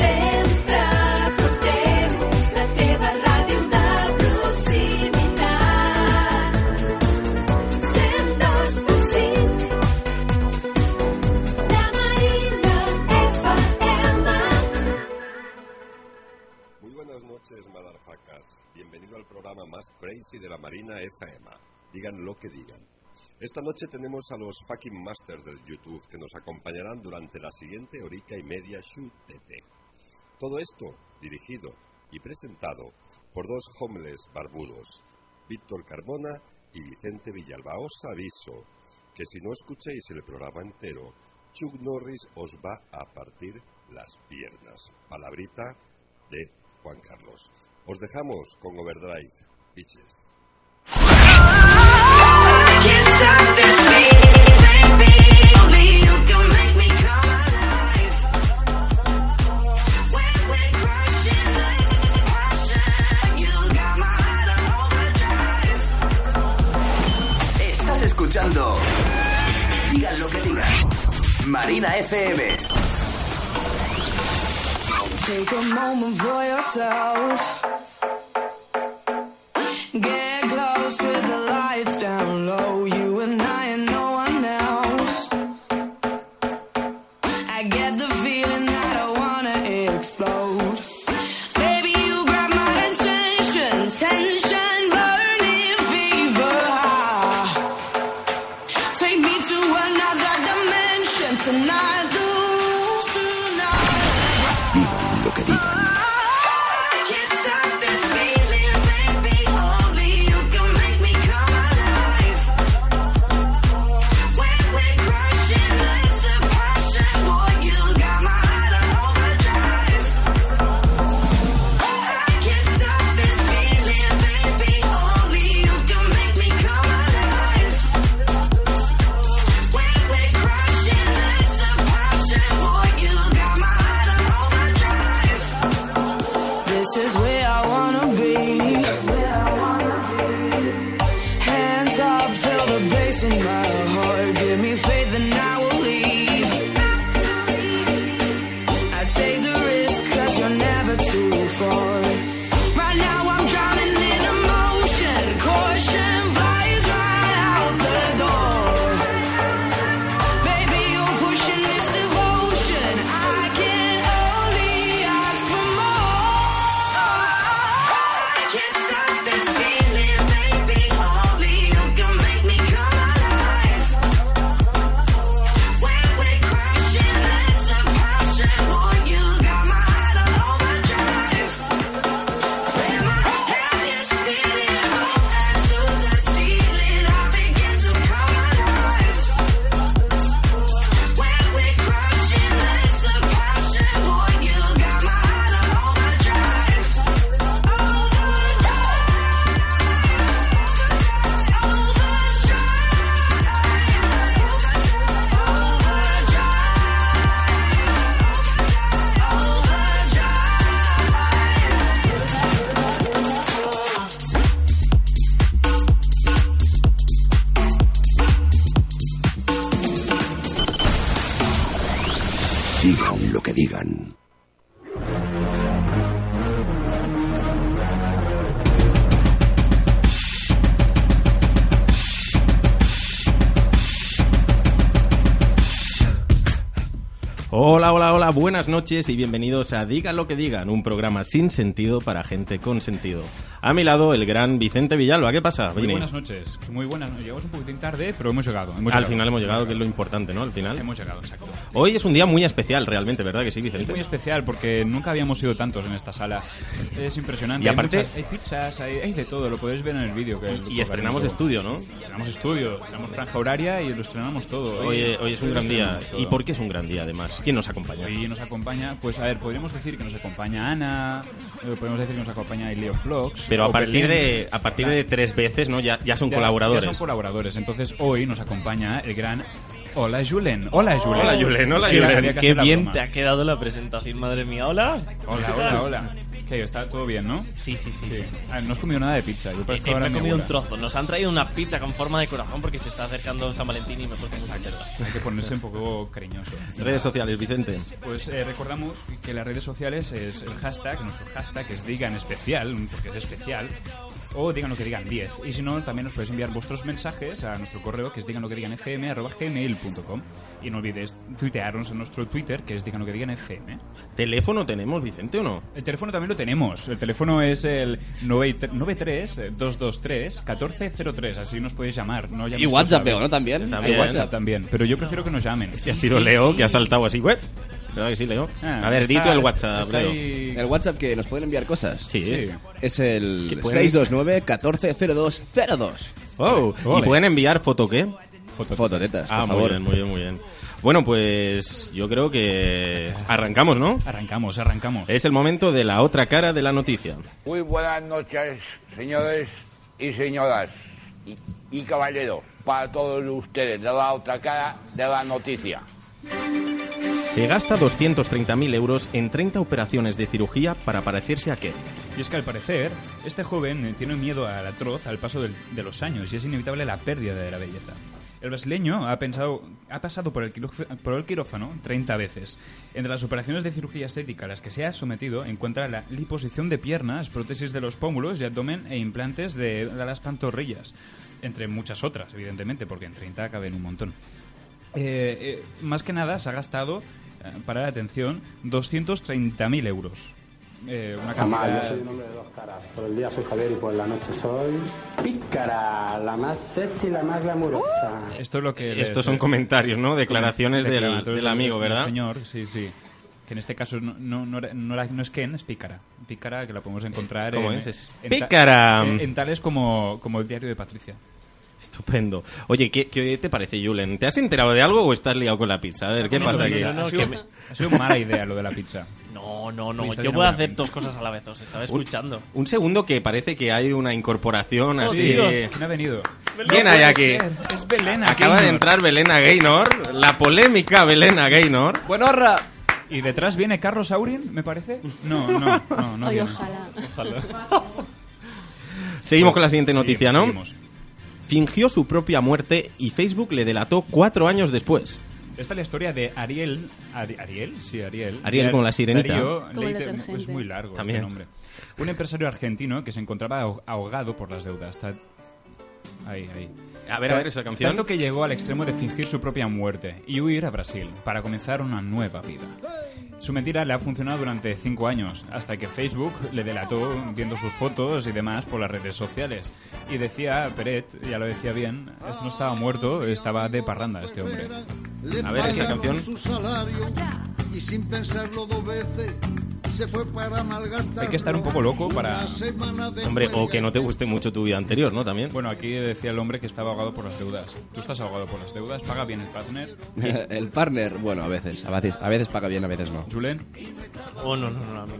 Sembra Proteu, la teva ràdio de proximitat. 102.5, la Marina FM. Muy buenas noches, Madarfacas. Bienvenido al programa más crazy de la Marina FM. Digan lo que digan. Esta noche tenemos a los fucking masters del YouTube que nos acompañarán durante la siguiente horica y media tete. Todo esto dirigido y presentado por dos homeless barbudos, Víctor Carbona y Vicente Villalba. Os aviso que si no escuchéis el programa entero, Chuck Norris os va a partir las piernas. Palabrita de Juan Carlos. Os dejamos con Overdrive, bitches. Can't stop this feeling, baby. Only you can make me come alive. When we're crushing this passion, you got my heart on overdrive. Estás escuchando. Digan lo que digan. Marina FM. Take a moment for yourself. Get close with the lights down low. You and I and no one else. I get the feeling that I wanna explode. Baby, you grab my attention. Tension, burning fever high. Take me to another dimension tonight. Lose tonight. Lo que digan. I can't stop this feeling, baby. Only you can make me come alive. When we're crushing, it's a passion. Boy, you got my heart on overdrive. I can't stop this feeling, baby. Only you can make me come alive. When we're crushing, it's a passion. Boy, you got my heart on overdrive. This is where I wanna be. Hands up, feel the bass in my heart. Give me faith and I will leave. I take the risk cause you're never too far. Right now I'm drowning in emotion. Caution flies right out the door. Baby, you're pushing this devotion. I can only ask for more. I can't stop this feeling, baby. Only you can make me come alive. When we're crashing, that's a passion. Boy, you got Hola, hola, hola, buenas noches y bienvenidos a Digan lo que digan, un programa sin sentido para gente con sentido. A mi lado, el gran Vicente Villalba. ¿Qué pasa, Muy Vini? buenas noches. Muy buenas noches. Llegamos un poquitín tarde, pero hemos llegado. hemos Al llegado. final hemos llegado, que es lo importante, ¿no? Al final. Hemos llegado, exacto. Hoy es un día muy especial, realmente, ¿verdad que sí, Es muy Vicente? especial porque nunca habíamos sido tantos en esta sala. Es impresionante. Y Hay aparte- muchas- hay, pizzas, hay, hay de todo. Lo podéis ver en el vídeo. que Y colocaremos estrenamos luego. estudio, ¿no? Estrenamos estudio, estrenamos franja horaria y lo estrenamos todo. Hoy, eh, hoy es un gran día. estrenamos todo. ¿Y por qué es un gran día, además? ¿Quién nos acompaña? Hoy nos acompaña, pues a ver, podríamos decir que nos acompaña Ana, eh, podemos decir que nos acompaña Leo Vlogs. Pero a o partir Belén. de, a partir de tres veces, ¿no? Ya, ya son Ya- colaboradores. ya son colaboradores. Entonces hoy nos acompaña el gran. Hola Julen. Hola Julen. Hola, Julen. Hola, Había- Julen. había que Qué hacer la bien broma. te ha quedado la presentación, madre mía. Hola. Hola, hola, hola. Tío, está todo bien, ¿no? Sí, sí, sí. sí. Ah, no has comido nada de pizza. Yo Eh, parezco eh, ahora me he mi comido un abuela. trozo. Nos han traído una pizza con forma de corazón porque se está acercando San Valentín y me he puesto muy nervioso. Hay que ponerse un poco cariñoso. Redes sociales, Vicente. Pues eh, recordamos que las redes sociales es el hashtag, nuestro hashtag es digan especial, porque es especial, o digan lo que digan 10. Y si no, también nos podéis enviar vuestros mensajes a nuestro correo que es digan lo que digan fm arroba gmail.com. Y no olvidéis tuitearnos en nuestro Twitter que es digan lo que digan fm. ¿Teléfono tenemos, Vicente, o no? El teléfono también lo tenemos. El teléfono es el 93-223-1403. Así nos podéis llamar. No llaméis Y WhatsApp por veo, saber. ¿no? También. También. Y Hay WhatsApp. WhatsApp también. Pero yo prefiero que nos llamen. Y ha sido Leo, que ha saltado así, web. ¿Verdad que sí, Leo? Ah, a ver, di está- tú el WhatsApp, está Leo. ahí- El WhatsApp que nos pueden enviar cosas. Sí. Sí. Es el Que pueden- 629-140202. Oh, ¿Y Ole. pueden enviar foto qué? Fototetas, por Ah, muy favor. bien, muy bien, muy bien. Bueno, pues yo creo que arrancamos, ¿no? Arrancamos, arrancamos. Es el momento de la otra cara de la noticia. Muy buenas noches, señores y señoras y, y caballeros, para todos ustedes, de la otra cara de la noticia. Se gasta 230.000 euros en 30 operaciones de cirugía para parecerse a qué. Y es que al parecer, este joven eh, tiene miedo al atroz al paso del- de los años y es inevitable la pérdida de la belleza. El brasileño ha, pensado, ha pasado por el, quiróf- por el quirófano 30 veces. Entre las operaciones de cirugía estética a las que se ha sometido encuentra la liposición de piernas, prótesis de los pómulos y abdomen e implantes de, de las pantorrillas. Entre muchas otras, evidentemente, porque en 30 caben un montón. Eh, eh, más que nada se ha gastado, eh, para la atención, 230.000 euros. Eh, una cantidad... hombre de dos caras. Por el día soy Javier y por la noche soy pícara, la más sexy, la más glamurosa. Esto es lo que... les- Estos son comentarios, ¿no? Declaraciones del, declaratorios del amigo, del ¿verdad? señor, sí, sí. Que en este caso no, no, no, era- no era- no es Ken, es Pícara. Pícara que la podemos encontrar ¿Cómo en, es? Es en ta- Pícara. En, en tales como, como el diario de Patricia. Estupendo. Oye, ¿qué, qué te parece, Julen? ¿Te has enterado de algo o estás liado con la pizza? A ver, ¿qué comiendo pasa aquí? pizza, Ha No, sido, que me- ha sido mala idea lo de la pizza. No, no, no. Vista Yo de puedo una hacer buena. dos cosas a la vez. Os estaba escuchando. Oh, Un segundo que parece que hay una incorporación así. Sí, Dios. ¿quién ha venido? ¿Quién hay aquí? Es Belén. Acaba de Gaynor. entrar Belena Gaynor, la polémica Belena Gaynor. ¡Buenorra! ¿Y detrás viene Carlos Aurin, me parece? No, no, no. no viene. Seguimos con la siguiente noticia, Sí, ¿no? seguimos. Fingió su propia muerte y Facebook le delató cuatro años después. Esta es la historia de Ariel. Ari- ¿Ariel? Sí, Ariel. Ariel De como la sirenita. Darío Como el Leite- detergente. es muy largo También. este nombre. Un empresario argentino que se encontraba aho- ahogado por las deudas. Ta- Ahí, ahí. A ver, a ver esa canción. Tanto que llegó al extremo de fingir su propia muerte y huir a Brasil para comenzar una nueva vida. Su mentira le ha funcionado durante cinco años, hasta que Facebook le delató viendo sus fotos y demás por las redes sociales. Y decía, Peret, ya lo decía bien, es- no estaba muerto, estaba de parranda este hombre. A ver esa canción. Hay que estar un poco loco para... Hombre, o que no te guste mucho tu vida anterior, ¿no? También. Bueno, aquí decía el hombre que estaba ahogado por las deudas. Tú estás ahogado por las deudas, paga bien el partner. el partner, bueno, a veces. A veces, a veces paga bien, a veces no. Julen. Oh, no, no, no, amigo.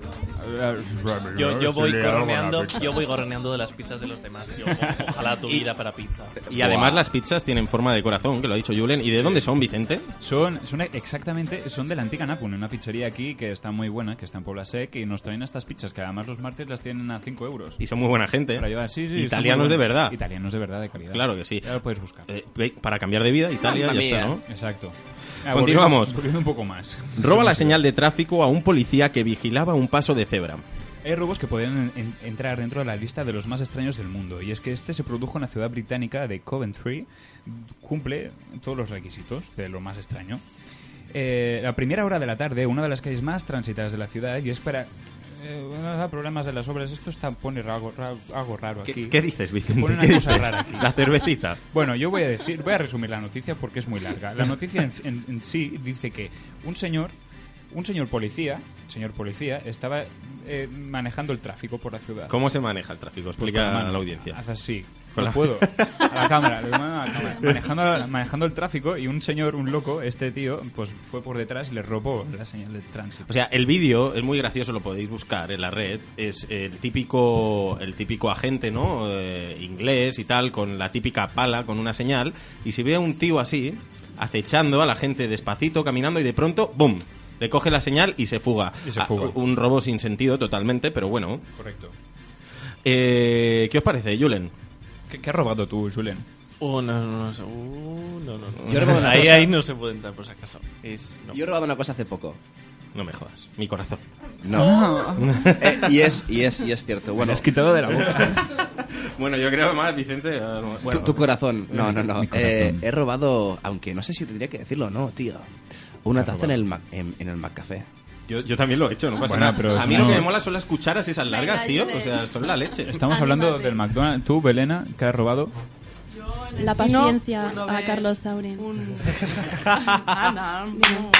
Yo, yo voy gorroneando, yo voy gorroneando de las pizzas de los demás. Yo, o- ojalá tuviera para pizza. Y además las pizzas tienen forma de corazón, que lo ha dicho Julen. ¿Y de dónde son, Vicente? Son, son exactamente, son de la antigua Napun, una pizzería aquí que está muy buena, que está en Puebla Sec, y nos traen estas pizzas que además los martes las tienen a 5 euros. Y son muy buena gente. Para llevar, sí, sí, está Italianos muy de bueno. verdad. Italianos de verdad, de calidad. Claro que sí. Ya lo puedes buscar. Eh, ve- para cambiar de vida, Italia, ya Mamma está, mía. ¿no? Exacto. Ah, Continuamos. volviendo- volviendo un poco más. Roba la señal de tráfico a un policía que vigilaba un paso de cebra. Hay robos que podrían en- entrar dentro de la lista de los más extraños del mundo, y es que este se produjo en la ciudad británica de Coventry, cumple todos los requisitos de lo más extraño. eh, la primera hora de la tarde, una de las calles más transitadas de la ciudad, y es para... eh, uno de los problemas de las obras, esto está, pone algo, ra- algo raro ¿Qué- aquí. qué dices, Vicente? Pone una ¿Qué cosa dices? rara aquí. La cervecita. Bueno, yo voy a decir, voy a resumir la noticia porque es muy larga. La noticia en, en- en sí dice que un señor, un señor policía, señor policía, estaba eh, manejando el tráfico por la ciudad. ¿Cómo se maneja el tráfico? Pues Explica con a mano. la audiencia. Haz así. Con no la- puedo. A la cámara, le mando a la cámara. Manejando, manejando el tráfico y un señor, un loco, este tío, pues fue por detrás y le robó la señal de tránsito. O sea, el vídeo es muy gracioso, lo podéis buscar en la red. Es el típico, el típico agente, ¿no? Eh, inglés y tal, con la típica pala, con una señal. Y si ve a un tío así, acechando a la gente despacito, caminando, y de pronto, ¡boom! Le coge la señal y se fuga. Y se fuga. Ah, un robo sin sentido totalmente, pero bueno. Correcto. Eh, ¿Qué os parece, Julen? ¿Qué, qué has robado tú, Julen? Oh, no, no, no, sé. Uh, no, no, no. Yo he robado una ahí, cosa. ahí no se puede entrar, por si acaso. Es, no. Yo he robado una cosa hace poco. No me jodas, mi corazón. No. Ah. Eh, y es, y es, y es cierto. Bueno, Me has quitado de la boca. bueno, yo creo más, Vicente. eh, bueno. tu, tu corazón. No, no, no. Mi corazón. Eh, he robado, aunque no sé si tendría que decirlo o no, tío. Una taza en el, Mac, en, en el McCafé. Yo, yo también lo he hecho, no pasa Bueno, nada. pero a es mí una- lo que me mola son las cucharas esas largas, tío. Julen. O sea, son la leche. Estamos hablando del McDonald's. Tú, Belena, ¿qué has robado? La chino, paciencia uno a de- Carlos Saurin. Anda, no.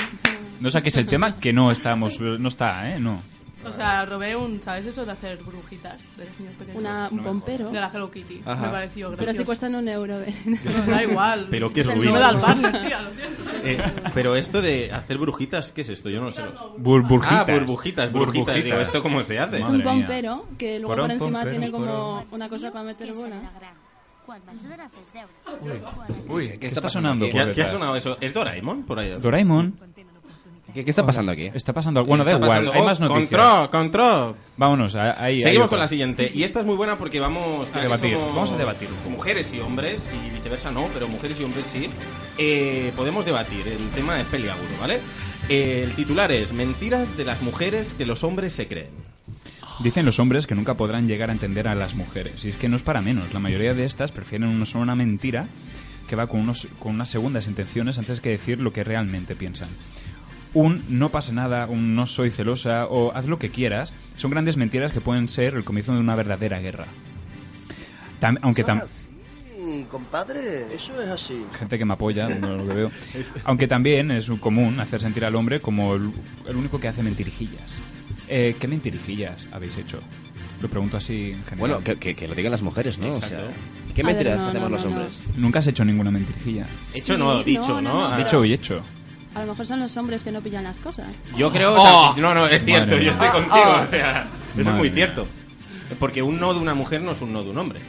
No saques el tema que no estamos, no está, ¿eh? No. O sea, robé un, ¿sabes eso de hacer burbujitas de los niños pequeños? Una- un No me pompero. jodas. De la Hello Kitty. Ajá. Me pareció gracioso. Pero si cuestan un euro. ¿eh? No, da igual. Pero qué Es el ruina. nuevo del partner, tía, lo siento. Eh, pero esto de hacer brujitas, ¿qué es esto? Yo no lo sé. Burbujitas. Ah, burbujitas, burbujitas. Burbujitas. Digo, ¿esto cómo se hace? es un pompero que luego Por por un encima pompero, tiene por como una cosa para meter bola. Uy, ¿qué, está, sonando? ¿Qué, por qué ha detrás? sonado eso? ¿Es Doraemon por ahí? Doraemon. ¿Qué, está pasando aquí? Está pasando. Bueno, da Está igual. pasando- Hay Oh, más noticias. control, control. Vámonos. a- Ahí, Seguimos ahí con otra. la siguiente. Y esta es muy buena porque vamos A ya que debatir, somos vamos a debatir. Mujeres y hombres, y viceversa no, pero mujeres y hombres sí. Eh, podemos debatir. El tema es peliagudo, ¿vale? Eh, el titular es Mentiras de las mujeres que los hombres se creen. Dicen los hombres que nunca podrán llegar a entender a las mujeres. Y es que no es para menos. La mayoría de estas prefieren una solo una mentira que va con, unos, con unas segundas intenciones antes que decir lo que realmente piensan. Un no pasa nada, un no soy celosa o haz lo que quieras son grandes mentiras que pueden ser el comienzo de una verdadera guerra. Tam- aunque también. Sí, compadre, eso es así. gente que me apoya, no lo que veo. Aunque también es un común hacer sentir al hombre como el, el único que hace mentirijillas. Eh, ¿Qué mentirijillas habéis hecho? Lo pregunto así en general. Bueno, que, que- que lo digan las mujeres, ¿no? O sea, Exacto. ¿Qué A ver, mentiras no, no, hacemos no, los no. hombres? Nunca has hecho ninguna mentirijilla. Hecho no, Ah. Sí, dicho, no, no, ¿no? no, Dicho pero- y hecho. A lo mejor son los hombres que no pillan las cosas. Yo creo. Oh. no, no, es cierto, Madre yo estoy mía. contigo. Ah, ah. O sea, eso es Madre muy mía. cierto. Porque un no de una mujer no es un no de un hombre.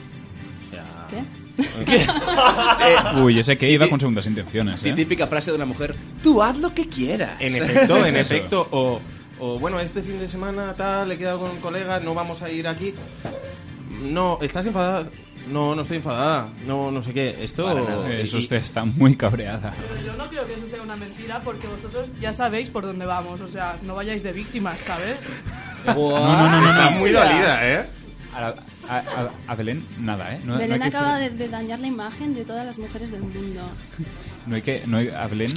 Uy, ese que iba con segundas intenciones, ¿eh? Típica frase de una mujer. Tú haz lo que quieras. En efecto, en Eso. efecto. O, o, bueno, este fin de semana tal, he quedado con un colega, no vamos a ir aquí. No, ¿estás enfadada? No, no estoy enfadada. No, no sé qué. Esto. Para nada. Eso y- usted está muy cabreada. Pero yo no creo que eso sea una mentira porque vosotros ya sabéis por dónde vamos. O sea, no vayáis de víctimas, ¿sabes? No, no, no, no, Está no. muy dolida, ¿eh? A, la- a- a- a Belén, nada, ¿eh? No, no hay Belén que- acaba de, de dañar la imagen de todas las mujeres del mundo. No hay que. No hay, a Belén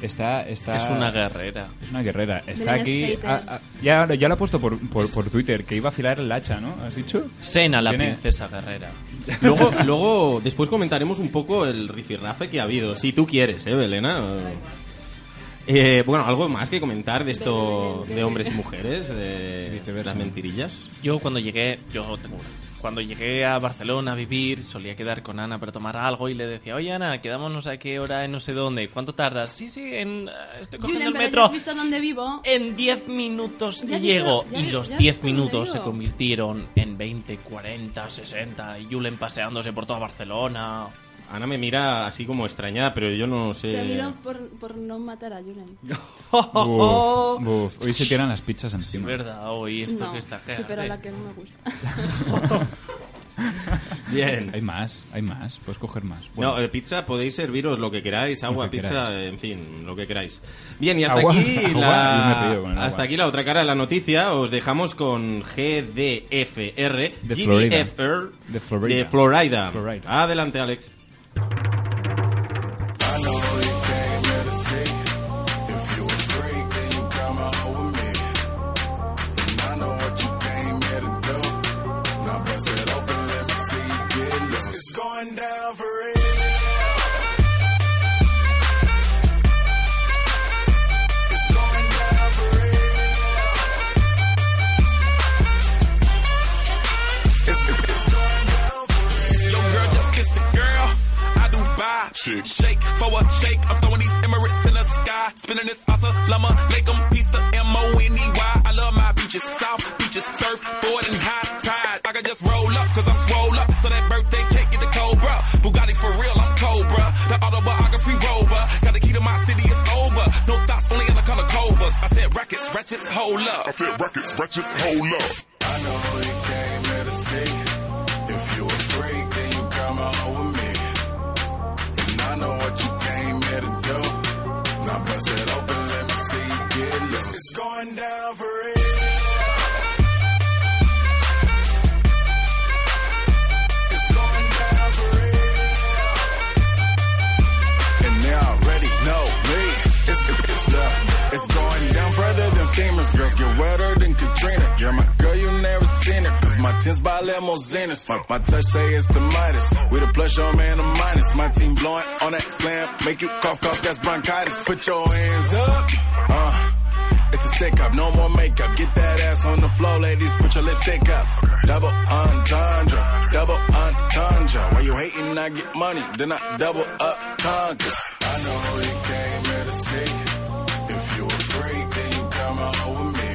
está, está. Es una guerrera. Es una guerrera. Está Belén es aquí. hater. ah, ah, ya, ya lo ha puesto por, por, por Twitter, que iba a afilar el hacha, ¿no? ¿Has dicho? Sena, la Tiene- princesa guerrera. Luego, luego, después comentaremos un poco el rifirrafe que ha habido. Si tú quieres, ¿eh, Belena? Eh, bueno, algo más que comentar de esto de hombres y mujeres, de las mentirillas. Yo cuando llegué, yo tengo una. Cuando llegué a Barcelona a vivir, solía quedar con Ana para tomar algo y le decía, oye Ana, quedamos no sé a qué hora, en no sé dónde, ¿cuánto tardas? Sí, sí, en, eh, estoy cogiendo Julen, el pero metro. ¿ya has visto dónde vivo? En 10 minutos Ya has Llego visto- ya- y los ya has 10 visto dónde minutos se vivo. convirtieron en 20, 40, 60 y Julen paseándose por toda Barcelona. Ana me mira así como extrañada, pero yo no sé. Te miro por, por no matar a Julen. Buf, buf. Hoy se tiran las pizzas encima. Es verdad, hoy esto no, que está sí, pero eh. la que no me gusta. Bien. Hay más, hay más. Puedes coger más. No, eh, pizza podéis serviros lo que queráis, agua, Lo que pizza, en fin, lo que queráis. Bien, y hasta Agua, aquí agua, yo me la río con el hasta agua. aquí la otra cara de la noticia, os dejamos con GDFR, De Florida. GDFR, De Florida. de Florida. Florida. Adelante, Alex. I know you came here to see if Shake, shake for a shake. I'm throwing these emirates in the sky. Spinning this awesome llama. Make them piece the M-O-N-E-Y. E I love my beaches. South beaches. Surf, board, and high tide. I can just roll up cause I'm swole up. So that birthday cake get the Cobra. Bugatti for real, I'm Cobra. The autobiography rover. Got the key to my city, it's over. No thoughts, only in the color covers. I said rackets, wretches, hold up. I said rackets, wretches, hold up. I know you came here to see. If you a freak, then you come along with me. And I know what you came here to do. Now bust it open, let me see you get loose. It's going down for real. It's going down for real. And they already know me. It's, it's love. It's going down further than femurs. Girls get wetter than Katrina. You're my girl, you never seen her. Cause my tins by limousines. My touch say it's the Midas. With a plus on man, a minus. My team blowing on that slam. Make you cough, cough, that's bronchitis. Put your hands up. Uh, it's a stick up, no more makeup. Get that ass on the floor, ladies. Put your lipstick up. Double entendre, double entendre. Why you hating? I get money, then I double up congas. I know you came here to see. If you a freak, then you come along with me.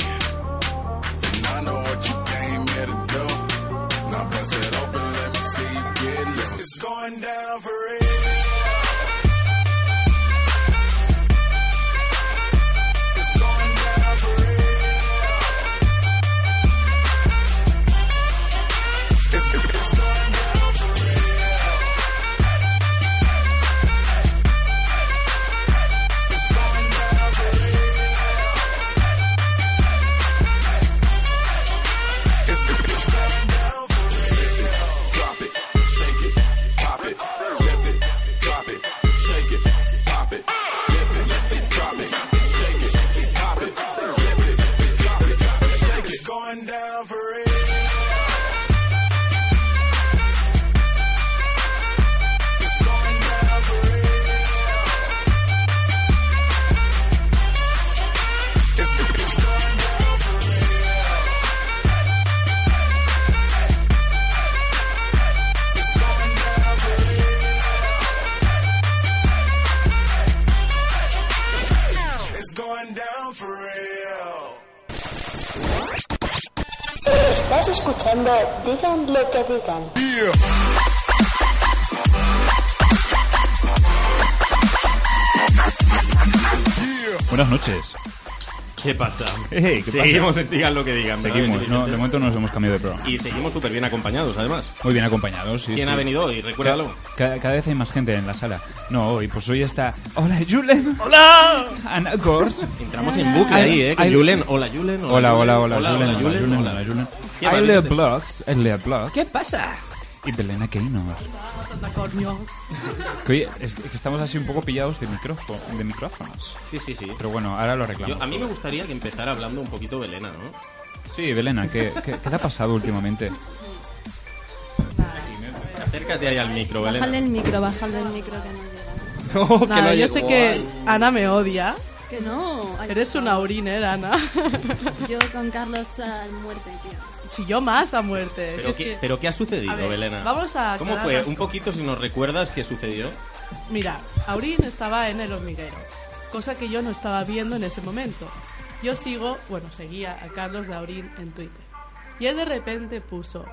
And I know what you came here to do. Now bust it open, let me see you get loose. It's going down for real. It's going down for real. It's, it's going down for real. It's going down for real. It's, it's going down for real. Drop it, shake it, pop it, lift it, drop it, shake it, pop it, lift it, lift it, drop it, shake it, shake it, pop it, lift it, lift it, drop it, shake it. It's going down for real. It's going down for real. It's, it's going down for real. It's going down for real. It's going down for real. Estás escuchando Digan lo que digan. Buenas noches. ¿Qué pasa? Hey, ¿qué pasa? seguimos en Digan lo que digan. ¿verdad, Seguimos, Vicente? no, de momento no nos hemos cambiado de programa. Y seguimos súper bien acompañados, además. Muy bien acompañados. sí, ¿Quién sí. ha venido hoy? Recuérdalo. Ca- Cada, vez hay más gente en la sala. No, hoy, pues hoy está. Hola, Julen. ¡Hola! Ana Gors. Entramos en bucle ahí, ¿eh? Con Julen. Hola, Julen. Hola, hola, hola, Hola, Julen. hola, Hola, Julen. Julen. hola. Hola, Julen. Qué valiente. Ailea Blocks. Ailea Blocks. ¿Qué pasa? Y Belén Keynor. Coño. Que oye, es que estamos así un poco pillados de, micrófono, de micrófonos. Sí, sí, sí. Pero bueno, ahora lo arreglamos. Yo- a mí me gustaría que empezara hablando un poquito Belena, ¿no? Sí, Belena, ¿qué, qué, qué te ha pasado últimamente? Acércate ahí al micro, Bájale Belena. el micro, bájale el micro que no llega. Oh, Nada, yo sé que Ana me odia. Que no. Oh, ay, Eres por una favor. urinera, Ana. Yo con Carlos a muerte, tío. Si yo más a muerte. ¿Pero, Si es qué, que- pero qué ha sucedido, A ver, Belena? vamos a ¿Cómo aclarar fue? las Un poquito, si nos recuerdas, qué sucedió. Mira, Aurín estaba en el hormiguero, cosa que yo no estaba viendo en ese momento. Yo sigo, bueno, seguía a Carlos de Aurín en Twitter. Y él de repente puso,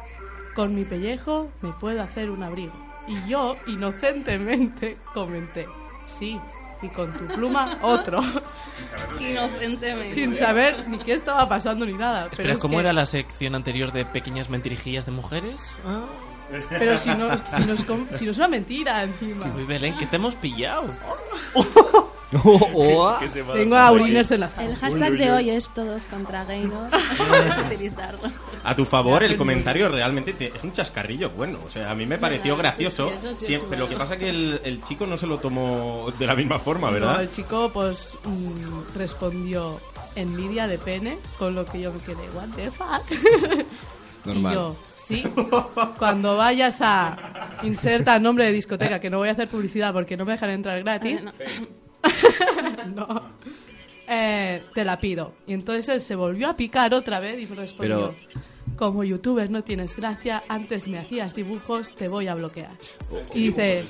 con mi pellejo me puedo hacer un abrigo. Y yo, inocentemente, comenté, sí, y con tu pluma otro, Inocentemente. sin saber ni qué estaba pasando ni nada. Pero, es ¿cómo que- era la sección anterior de pequeñas mentirijillas de mujeres? Pero si no, si nos com- si no es una mentira encima. Uy, Belén, que te hemos pillado. Oh. Que se va dando Tengo a ahí. Aurín en la sala. El hashtag de hoy es todos contra gay, ¿no? Puedes utilizarlo. A tu favor, pues, el comentario realmente te- es un chascarrillo bueno. O sea, a mí me pareció verdad, sí, sí, gracioso. eso sí es Siempre, lo que pasa es que el, el chico no se lo tomó de la misma forma, No, ¿verdad? el chico pues mm, respondió envidia de pene, con lo que yo me quedé, what the fuck. Normal. Y yo, sí, cuando vayas a inserta nombre de discoteca, que no voy a hacer publicidad porque no me dejan entrar gratis. no. Eh, te la pido. Y entonces él se volvió a picar otra vez y respondió. Como youtuber no tienes gracia, antes me hacías dibujos, te voy a bloquear. Y dice,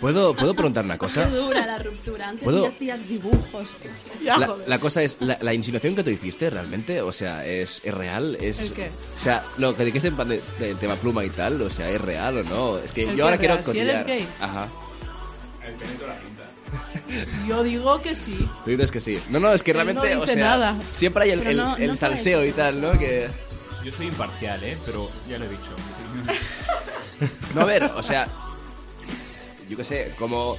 ¿Puedo, ¿Puedo preguntar una Qué cosa? dura la ruptura. Antes ¿Puedo? ya hacías dibujos. La, la cosa es, la, la insinuación que tú hiciste realmente, o sea, ¿es, es real? ¿Es, ¿El qué? O sea, lo que dijiste en plan de- del tema pluma y tal, o sea, ¿es real o no? Es que ¿El qué yo ahora es quiero real? Si él es cotillar. gay. Ajá. Yo digo que sí. Tú dices que sí. No, no, es que Él no realmente, o dice sea, nada. siempre hay el, Pero el- no- el no sabe salseo y decir tal, ¿no? Que... Yo soy imparcial, ¿eh? Pero ya lo he dicho. No, a ver, o sea, yo qué sé, como...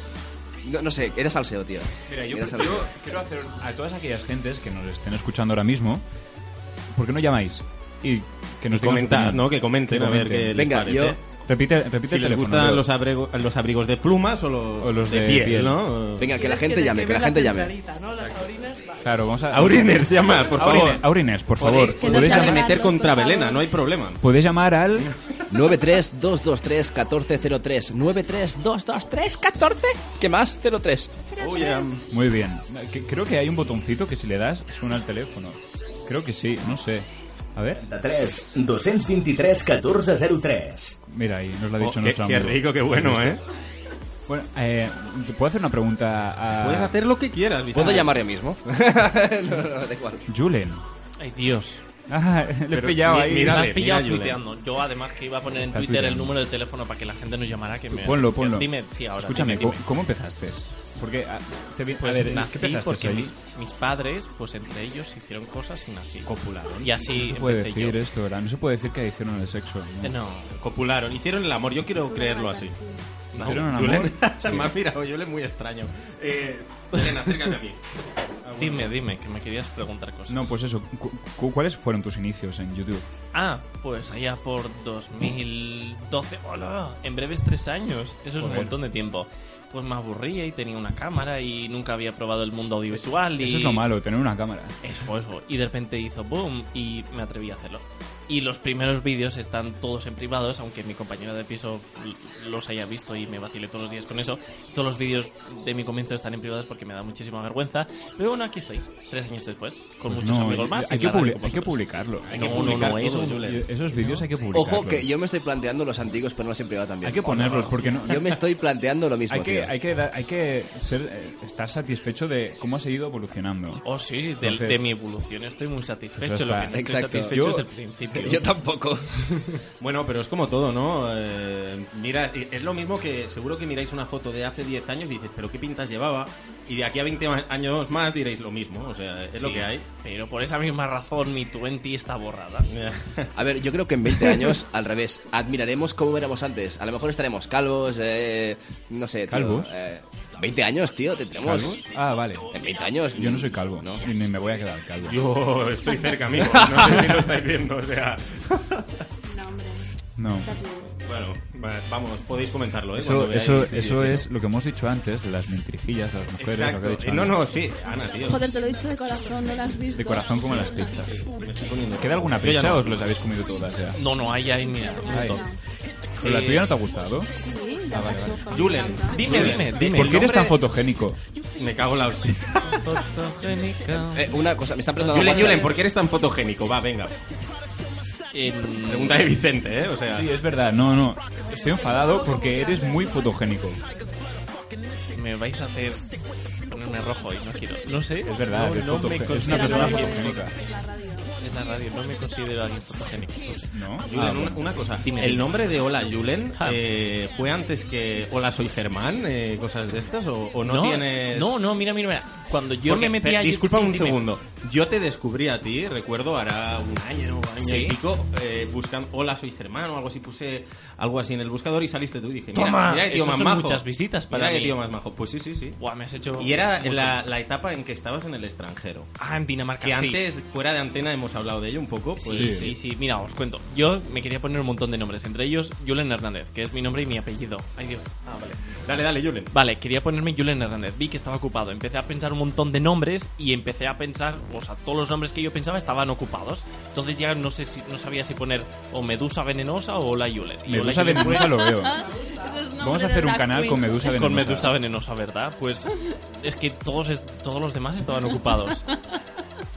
No, no sé, era salseo, tío. Mira, yo, Era yo salseo. quiero hacer a todas aquellas gentes que nos estén escuchando ahora mismo, ¿por qué no llamáis? Y que Y nos digan su comentar, opinión. ¿no? Que comenten, a ver qué les Venga, parece. yo- Repite, repite si el les teléfono. gustan pero- los, abrego- los abrigos de plumas o, lo- O los de piel, piel. ¿no? Venga, que la Quieres gente te llame, que la queme gente llame. centralita, ¿no? Las aurines, vale. Claro, vamos a... Auriners, llama, por favor. Aurines, Aurines, por favor. Podéis- Que no Podéis se meter agarren, por contra favor. Belena, no hay problema. Podéis llamar al... 93223-1403. 93223-14. ¿Qué más? 03. Muy bien. Que- Creo que hay un botoncito que si le das suena el teléfono. Creo que sí, no sé. A ver. 3 223 1403. Mira, ahí nos lo ha Oh, dicho qué- nuestro qué amigo. rico, qué bueno, ¿eh? Bueno, eh, ¿te ¿puedo hacer una pregunta a... Puedes hacer lo que quieras. Lizardo. ¿Puedo llamar yo mismo? no, no, da igual. Julen. Ay, Dios. Ah, le he Pero pillado mi- ahí. mira, Mírale, me has pillado mira, Julen. tuiteando. Yo, además, que iba a poner en Está Twitter el tuiteando. número de teléfono para que la gente nos llamara. Que me... Ponlo, ponlo. Dime, sí, ahora. Escúchame, dime, dime. ¿cómo- ¿cómo empezaste? Porque ah, te vi- a Pues ver, ¿qué nací empezaste porque ahí? mis, mis padres, pues entre ellos, hicieron cosas y nací. Copularon. Y así No se puede empecé yo. decir esto, ¿verdad? No se puede decir que hicieron el sexo. ¿no? Eh, No, Copularon, hicieron el amor, yo quiero creerlo así. No, ¿Hicieron el Julen, amor? me has mirado, Julen, muy extraño. Eh, Belén, acércate a mí. Dime, dime, que me querías preguntar cosas. No, pues eso. cu- cu- ¿Cuáles fueron tus inicios en YouTube? Ah, pues allá por 2012. Hola, en breves tres años. Eso es un Joder. montón de tiempo. Pues me aburría y tenía una cámara y nunca había probado el mundo audiovisual. Y... Eso es lo malo, tener una cámara. Eso, eso. Y de repente hizo boom y me atreví a hacerlo. Y los primeros vídeos están todos en privados, aunque mi compañero de piso l- los haya visto y me vacile todos los días con eso. Todos los vídeos de mi comienzo están en privados porque me da muchísima vergüenza. Pero bueno, aquí estoy, tres años después, con Pues muchos no, amigos más. Hay y que, la radio publi- con hay que vosotros. publicarlo. Hay No, que no, no, publicar eso, todo. Julen. Esos vídeos hay que publicarlos. Ojo, que yo me estoy planteando los antiguos, pero no siempre va también. Hay que ponerlos, porque no- Yo me estoy planteando lo mismo. Hay que, tío. hay que, dar- hay que ser, eh, estar satisfecho de cómo has ido evolucionando. Oh, sí, del- de, Entonces- mi evolución estoy muy satisfecho. Eso Lo está. que no estoy Exacto. satisfecho Yo- es del principio. Yo tampoco. Bueno, pero es como todo, ¿no? Eh, mira, es lo mismo que seguro que miráis una foto de hace 10 años y dices, pero qué pintas llevaba. Y de aquí a 20 ma- años más diréis lo mismo, o sea, es lo Sí, que hay. Pero por esa misma razón mi 20 está borrada. A ver, yo creo que en 20 años, al revés, admiraremos cómo éramos antes. A lo mejor estaremos calvos, eh, no sé. tío, ¿Calvos? eh, 20 años, tío, tendremos. ¿Calvos? Ah, vale. En 20 años. Yo no soy calvo, ¿no? Ni me voy a quedar calvo. Yo estoy cerca, amigo, no sé si lo estáis viendo, o sea... No. Bueno, va- vamos, podéis comentarlo, ¿eh? Cuando Eso, veáis eso, vídeos eso y es lo que hemos dicho antes, de las mentirijillas de las mujeres. lo que ha Exacto. dicho Eh, no, Ana. no, sí, Ana, tío. Joder, te lo he dicho de corazón, no las has visto. De corazón como las pizzas. Me estoy poniendo- ¿Queda alguna Yo ya pizza no. o os las habéis comido todas ya? No, no, ahí, ahí, mira. Ay. montón. ¿Pero la Eh, tuya no te ha gustado? Sí, ya Ah, vale, cachofa, vale. me Julen, encanta. dime, dime, dime. ¿Por el qué eres tan nombre- fotogénico? Me cago en la hostia. Eh, una cosa, me está preguntando. Julen, Julen, ¿por qué eres tan fotogénico? Va, venga. Em, Pregunta de Vicente, ¿eh? O sea... Sí, es verdad, no, no. Estoy enfadado porque eres muy fotogénico. Me vais a hacer ponerme rojo y no quiero. No sé. Es verdad, no, eres no me fotogen- considero es una persona alguien- fotogénica. En la radio, no me considero alguien fotogénico. ¿No? Julen, Ah, una, bueno. una cosa. Dime. ¿El nombre de Hola Julen eh, fue antes que Hola soy Germán? eh, ¿Cosas de estas? ¿O, o no, tienes.? No, no, mira, mira, mira. Cuando yo Porque, me metí per- a Disculpa sí, un dime. segundo. Yo te descubrí a ti, recuerdo, hará un año, un año y pico, eh, buscando Hola soy Germán o algo así, puse algo así en el buscador y saliste tú y dije: Mira, Toma, mira qué tío eso más son majo. muchas visitas para mira qué mí. tío más majo. Pues sí, sí, sí. Buah, me has hecho. Y era un la, la etapa en que estabas en el extranjero. Ah, en Dinamarca, Que sí. antes, fuera de antena, hemos hablado de ello un poco. Pues, Sí, sí, sí, mira, os cuento. Yo me quería poner un montón de nombres, entre ellos Julen Hernández, que es mi nombre y mi apellido. Ay, Dios. Ah, vale. Dale, dale, Julen. Vale, quería ponerme Julen Hernández. Vi que estaba ocupado. Empecé a pensar un montón de nombres y empecé a pensar, o sea, todos los nombres que yo pensaba estaban ocupados. Entonces ya no sé si no sabía si poner o Medusa Venenosa o la Julen. Y Hola Medusa Julen fue- venenosa lo veo. Eso es nombre Vamos a de hacer un drag canal queen. con Medusa venenosa. Con Medusa Venenosa, ¿verdad? Pues es que todos, es- todos los demás estaban ocupados.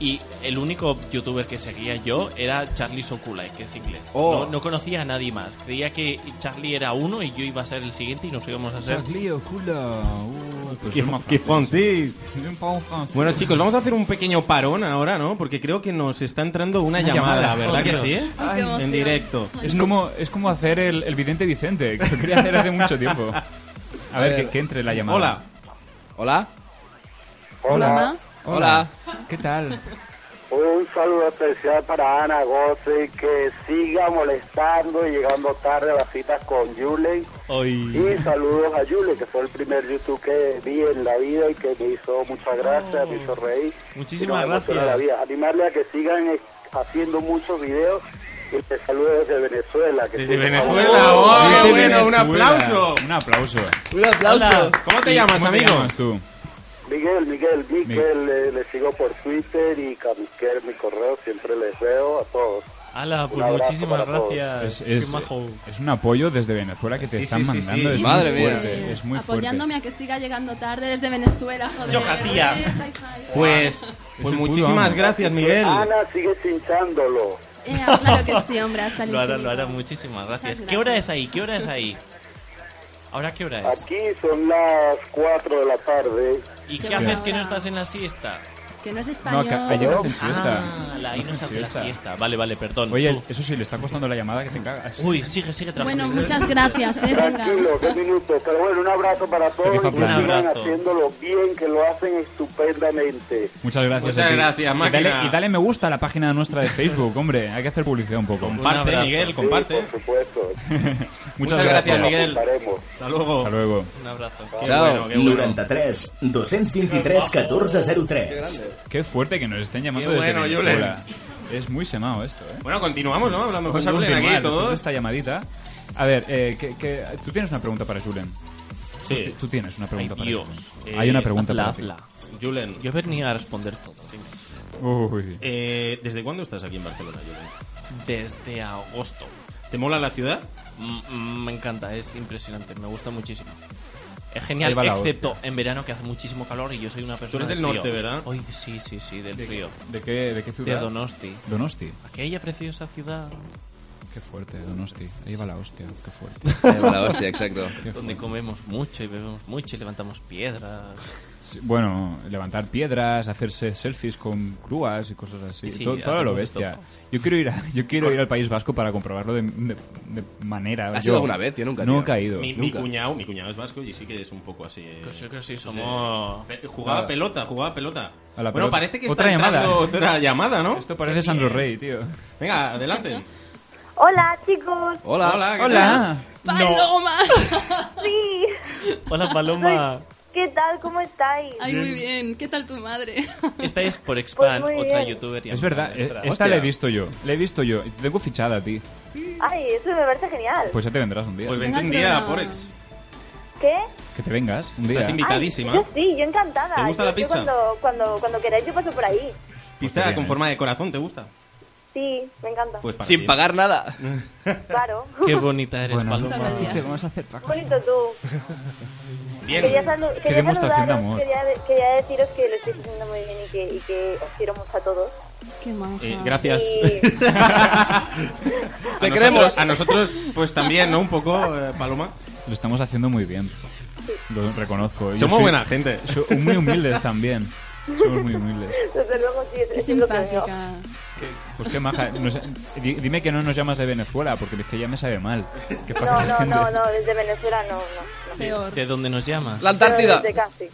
Y el único youtuber que seguía yo era Charlie Sokulai, que es inglés. Oh. No, no conocía a nadie más. Creía que Charlie era uno y yo iba a ser el siguiente y nos íbamos a ser. Charlie Ocula. Uh, pues Qué- somos qué franceses. francés. Un poco francés. Bueno, chicos, vamos a hacer un pequeño parón ahora, ¿no? Porque creo que nos está entrando una, Una llamada, llamada, ¿verdad oh, que Dios. sí? ¿eh? Ay, qué emoción. en directo. Es como, es como hacer el, el vidente Vicente, que lo quería hacer hace mucho tiempo. A ver, que, que entre la llamada. Hola. Hola. Hola. Hola. ¿Qué tal? Un saludo especial para Ana Gosse que siga molestando y llegando tarde a las citas con Julen. Y saludos a Julen, que fue el primer YouTube que vi en la vida y que me hizo muchas gracias, me hizo reír. Muchísimas Y nos emocionó gracias. la vida. Animarle a que sigan eh, haciendo muchos videos y te saludo desde Venezuela. Que desde Venezuela, oh, qué bueno, un aplauso. Un aplauso. Un aplauso. Hola. ¿Cómo te llamas, ¿Cómo te amigo? llamas tú? Miguel, Miguel, Miguel, eh, le sigo por Twitter y a Miquel mi correo, siempre les veo a todos. Hala, pues Un abrazo muchísimas para todos. gracias. Es, es- Qué majo. es un apoyo desde Venezuela que te Sí, están sí, sí, sí. mandando. Es Madre muy mía. fuerte, Es muy fuerte. Apoyándome a que siga llegando tarde desde Venezuela, joder. Yoja, tía. Eh, hi, hi. Pues, Es pues el muchísimas puto amo. gracias, Miguel. Ana sigue cinchándolo. Eh, claro que sí, hombre, hasta el Lo hará, infinito. lo hará, muchísimas gracias. Muchas ¿Qué hora es ahí? ¿Qué hora es ahí? ¿Ahora qué hora es? Aquí son las 4 de la tarde. ¿Y Qué qué, buena haces que no hora. estás en la siesta? Que no es español. Ah, la, ahí no se hace la siesta. Vale, vale, perdón. Oye, eso sí, le está costando la llamada que te cagas. Uy, sigue, sigue Bueno, muchas gracias, eh, venga. Tranquilo, qué minuto. Pero bueno, un abrazo para todos y que plan. Un sigan abrazo. haciéndolo bien, que lo hacen estupendamente. Muchas gracias. Muchas a ti. gracias, Y máquina. dale, y dale me gusta a la página nuestra de Facebook, hombre. Hay que hacer publicidad un poco. Comparte, Un abrazo. Miguel, comparte. por supuesto. Muchas, Muchas gracias, Miguel. Hasta luego. Hasta luego. Un abrazo. Qué Chao. bueno, qué bueno. 93 223 1403. Qué fuerte que nos estén llamando Qué desde bueno, Venezuela. Es muy semado esto, ¿eh? Bueno, continuamos, ¿no? Hablando Vamos cosas a Julen continuar aquí después de todos. esta llamadita. A ver, eh, que, que- tú tienes una pregunta para Julen. Sí. Tú, ti- tú tienes una pregunta para Ay, Dios. Julen. Eh, Hay una pregunta hazla, para ti. hazla. Julen. Yo venía a responder todo. venga. Uy. Eh, ¿Desde cuándo estás aquí en Barcelona, Julen? Desde agosto. ¿Te mola la ciudad? mm, me encanta, es impresionante, me gusta muchísimo. Es genial, Ahí va la excepto en verano que hace muchísimo calor y yo soy una persona. Tú eres del frío. norte, ¿verdad? Hoy sí, sí, sí, del ¿De- frío. de qué- de qué ciudad? De Donosti. Donosti. Aquella preciosa ciudad. Qué fuerte, Donosti. Ahí va la hostia, qué fuerte. Ahí va la hostia, exacto. Qué Donde comemos mucho y bebemos mucho y levantamos piedras. Sí, Bueno, levantar piedras, hacerse selfies con crúas y cosas así. Y sí, todo, todo a lo hacemos bestia. esto. Yo quiero ir, a- yo quiero ir al País Vasco para comprobarlo de, de- de manera. ¿Has Ah, yo- ido alguna vez? Yo nunca, No tío. he caído. Mi, mi nunca. cuñado, mi cuñado es vasco y sí que es un poco así. eh, Que sí, Pues que sí, no sé. somos- Pe- Jugaba Nada. pelota, jugaba pelota. Ah. A la bueno, pelota. parece que Otra está llamada. entrando otra llamada, ¿no? Esto parece Sandro Rey, tío. Venga, adelante. Hola, chicos. Hola, ¿qué Paloma. Sí. Hola, Paloma. ¿Qué tal? ¿Cómo estáis? Ay, muy bien. ¿Qué tal tu madre? Esta es por Expan, Pues muy otra bien. youtuber. y Es verdad, amiga eh, nuestra. esta la he visto yo. La he visto yo. Te Tengo fichada a ti. Ay, eso me parece genial. Pues ya te vendrás un día. Pues vente un día a Porex. ¿Qué? Que te vengas un día. Estás invitadísima. Yo sí, yo encantada. ¿Te gusta Yo- la pizza? Yo cuando, cuando, cuando queráis yo paso por ahí. Pizza con forma de corazón, ¿te gusta? Sí, me encanta. Pues para Sin ti. pagar nada. Claro. Qué bonita eres, Solo el Paloma. día. Te vamos a hacer Bonito tú. Quería, salu- Qué quería demostración de saludaros, amor. Quería, de- quería deciros que lo estáis haciendo muy bien y que, y que os quiero mucho a todos. Qué maja. Eh, gracias. Y- Te queremos. A nosotros, pues también, ¿no? Un poco, eh, Paloma. Lo estamos haciendo muy bien. Lo reconozco. Yo Somos soy- buena gente. soy muy humildes también. Somos muy humildes. Desde luego, sí, es, Qué es lo que veo. simpática. Pues qué maja. Nos- di- dime que no nos llamas de Venezuela, porque es que ya me sabe mal. ¿Qué pasa No, con la no, gente? no, no, desde Venezuela no, no. no. ¿De dónde nos llamas? La Pero Desde casi.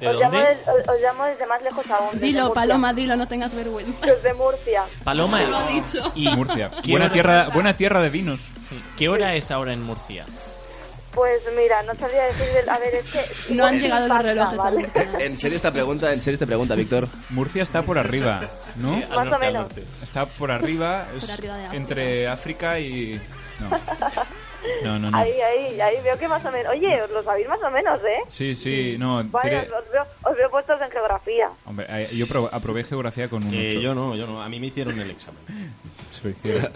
¿De os, llamo dónde? des- os- os llamo desde más lejos aún. desde Dilo, Murcia. Paloma, dilo, no tengas vergüenza. Desde Murcia. Paloma. Lo ha dicho. Y- Murcia. ¿Qué Buena hora- tierra, buena tierra de vinos. ¿Qué hora es ahora en Murcia? Pues mira, no sabría decir. A ver, es que. No han llegado los relojes a ¿vale? En serio esta pregunta, en serio esta pregunta, Víctor. Murcia está por arriba, ¿no? Sí, al Más o norte, al menos. norte. Está por arriba, es arriba de África. entre África y... No, no, no. no. Ahí, ahí, ahí veo que más o menos. Oye, os lo sabéis más o menos, ¿eh? Sí, sí, no. Vaya, Tere- os, os veo, os veo puestos en geografía. Hombre, eh, yo pro- aprobé geografía con un Eh, ocho. yo no, yo no. A mí me hicieron el examen. Se lo hicieron.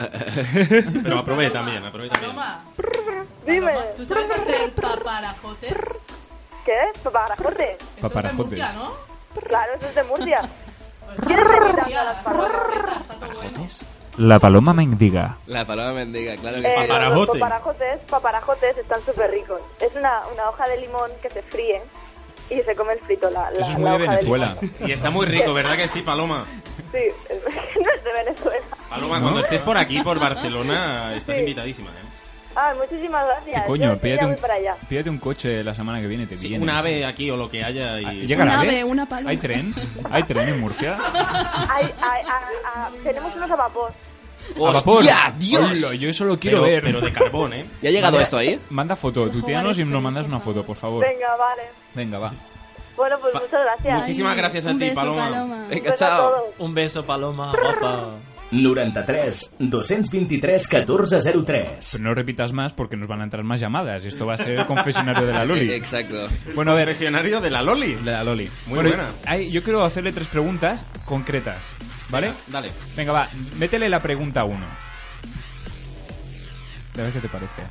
Sí, pero aprobé también, aprobé también. Paloma, Dime. ¿tú sabes hacer paparajotes? ¿Qué? Paparajote. Eso es de Paparajotes. Murcia, ¿no? Claro, eso es de Murcia. La paloma mendiga. La paloma mendiga, claro que Eh, sí. los paparajotes, paparajotes están súper ricos. Es una, una hoja de limón que se fríe y se come el frito. La, la- la hoja de limón. Y está muy rico, ¿verdad que sí, Paloma? Sí, no es de Venezuela. Paloma, ¿No? cuando estés por aquí, por Barcelona, estás Sí. invitadísima. ¿eh? Ay, Ah, muchísimas gracias. ¿Qué Yo coño? sí Pídete ya un, voy para allá. pídete un coche la semana que viene, te vienes. Un ave aquí o lo que haya. Y... ¿Llega la Un ave? ave, una paloma. eh? ¿Hay tren? ¿Hay tren en Murcia? Ay, ay, ah, ah, tenemos unos a vapor. ¡A vapor! ¡Hostia, Dios! Hola, yo eso lo quiero Pero- ver. pero de carbón, ¿eh? ¿Ya ha llegado Manda- esto ahí? Manda foto, tuiteanos y nos mandas una foto, por favor. Venga, vale. Venga, va. Bueno, pues muchas gracias. Muchísimas gracias a ti, Paloma. Venga, Beso a chao. todos. Un beso, Paloma, guapa. 93 223 1403. Pero Pues no repitas más porque nos van a entrar más llamadas. Esto va a ser el confesionario de la Loli. Exacto. Bueno, a ver. Confesionario de la Loli. De la Loli. Muy Bueno, buena. hay- yo quiero hacerle tres preguntas concretas. ¿Vale? Dale. Venga, va. Métele la pregunta uno. A ver qué te parece.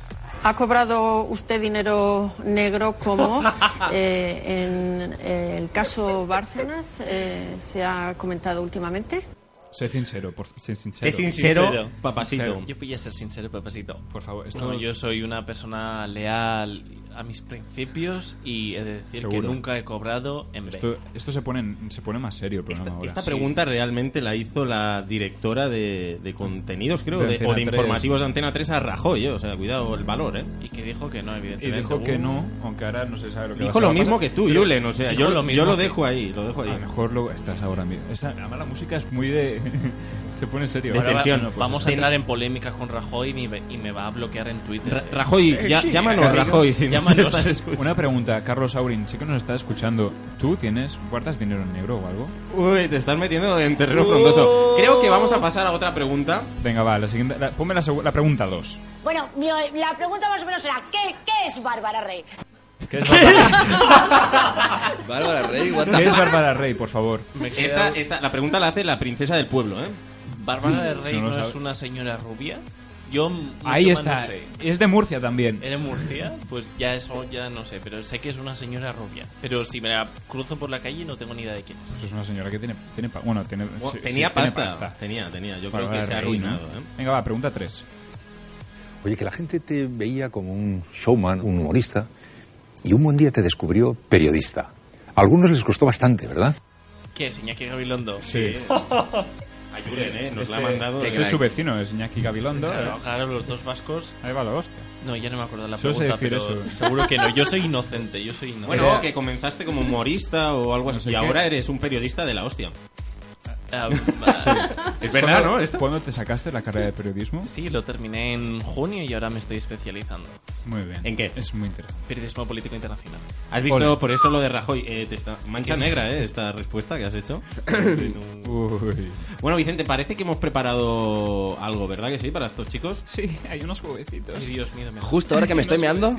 ¿Ha cobrado usted dinero negro como eh, en eh, el caso Bárcenas eh, se ha comentado últimamente? Sé sincero, por sé sincero. Sincero. Yo voy a ser sincero, papacito. Por favor, esto No, no- yo soy una persona leal a mis principios y he de decir que Seguro. nunca he cobrado en B. Esto, esto se, pone, se pone más serio el programa ahora. Esta pregunta realmente la hizo la directora de, de contenidos, creo, De de- Antena o de 3. informativos de Antena 3 a Rajoy, ¿eh? o sea, cuidado el valor, ¿eh? Y que dijo que no, Y evidentemente. uh. dijo que no, aunque ahora no se sabe lo que va a Dijo ser lo la mismo pata. que tú, Pero- Julen, o sea, dijo yo lo lo, mismo yo lo que- dejo ahí, lo dejo ahí. A lo mejor lo estás ahora mismo. Esta, además, la música es muy de. se pone serio. Ahora va- Bueno, pues vamos eso. a entrar en polémica con Rajoy y me, y me va a bloquear en Twitter. Ra- eh. Rajoy, ya- llámanos, Rajoy, si nos Llámanos. estás escuchando. Una pregunta, Carlos Aurin, sé que nos estás escuchando. ¿Tú tienes, guardas dinero en negro o algo? Uy, te estás metiendo en Uh. terreno frondoso. Oh. Creo que vamos a pasar a otra pregunta. Venga, va, la siguiente, la- ponme la, segu- la pregunta 2. Bueno, mi- la pregunta más o menos será, ¿qué, qué es Bárbara Rey? ¿Qué es Bárbara, Bárbara Rey, what the ¿Qué es fuck? Bárbara Rey, por favor? Esta, esta- la pregunta la hace la princesa del pueblo, ¿eh? Bárbara del Si Rey no no, lo es sabe. una señora rubia. Yo m- mucho Ahí más está. no sé. Es de Murcia también. ¿Eres Murcia? Pues ya eso ya no sé, pero sé que es una señora rubia. Pero si me la cruzo por la calle no tengo ni idea de quién es. Pues es una señora que tiene, tiene pa- bueno, tiene, Bueno, sí, tenía sí, tiene pasta. Tenía, tenía. Yo creo Bárbara que se ha Rey, ¿no? arruinado, ¿eh? Venga, va, pregunta 3. Oye, que la gente te veía como un showman, un humorista, y un buen día te descubrió periodista. A algunos les costó bastante, ¿verdad? ¿Qué es Iñaki Gabilondo? Sí. Ayuden, ¿eh? Nos este, la ha mandado. Este es su vecino, es Iñaki Gabilondo. Claro, ¿eh? claro, los dos vascos. Ahí va la hostia. No, ya no me acuerdo la Solo sé pregunta, decir pero eso. seguro que no. Yo soy inocente, yo soy inocente. Bueno, que comenzaste como humorista o algo así, sé y qué. ahora eres un periodista de la hostia. Ah, Sí. Es verdad, ¿Cuándo- ¿no? Esto- ¿eh? ¿Cuándo te sacaste la carrera de periodismo? Sí, lo terminé en junio y ahora me estoy especializando. Muy bien. ¿En qué? Es muy interesante. Periodismo político internacional. ¿Has visto Ole. por eso lo de Rajoy? Eh, te está- mancha Sí. negra, ¿eh? Esta respuesta que has hecho. Uy. Bueno, Vicente, parece que hemos preparado algo, ¿verdad que sí, para estos chicos? Sí, hay unos huevecitos. Ay, Dios mío, me- Justo ahora que me estoy meando.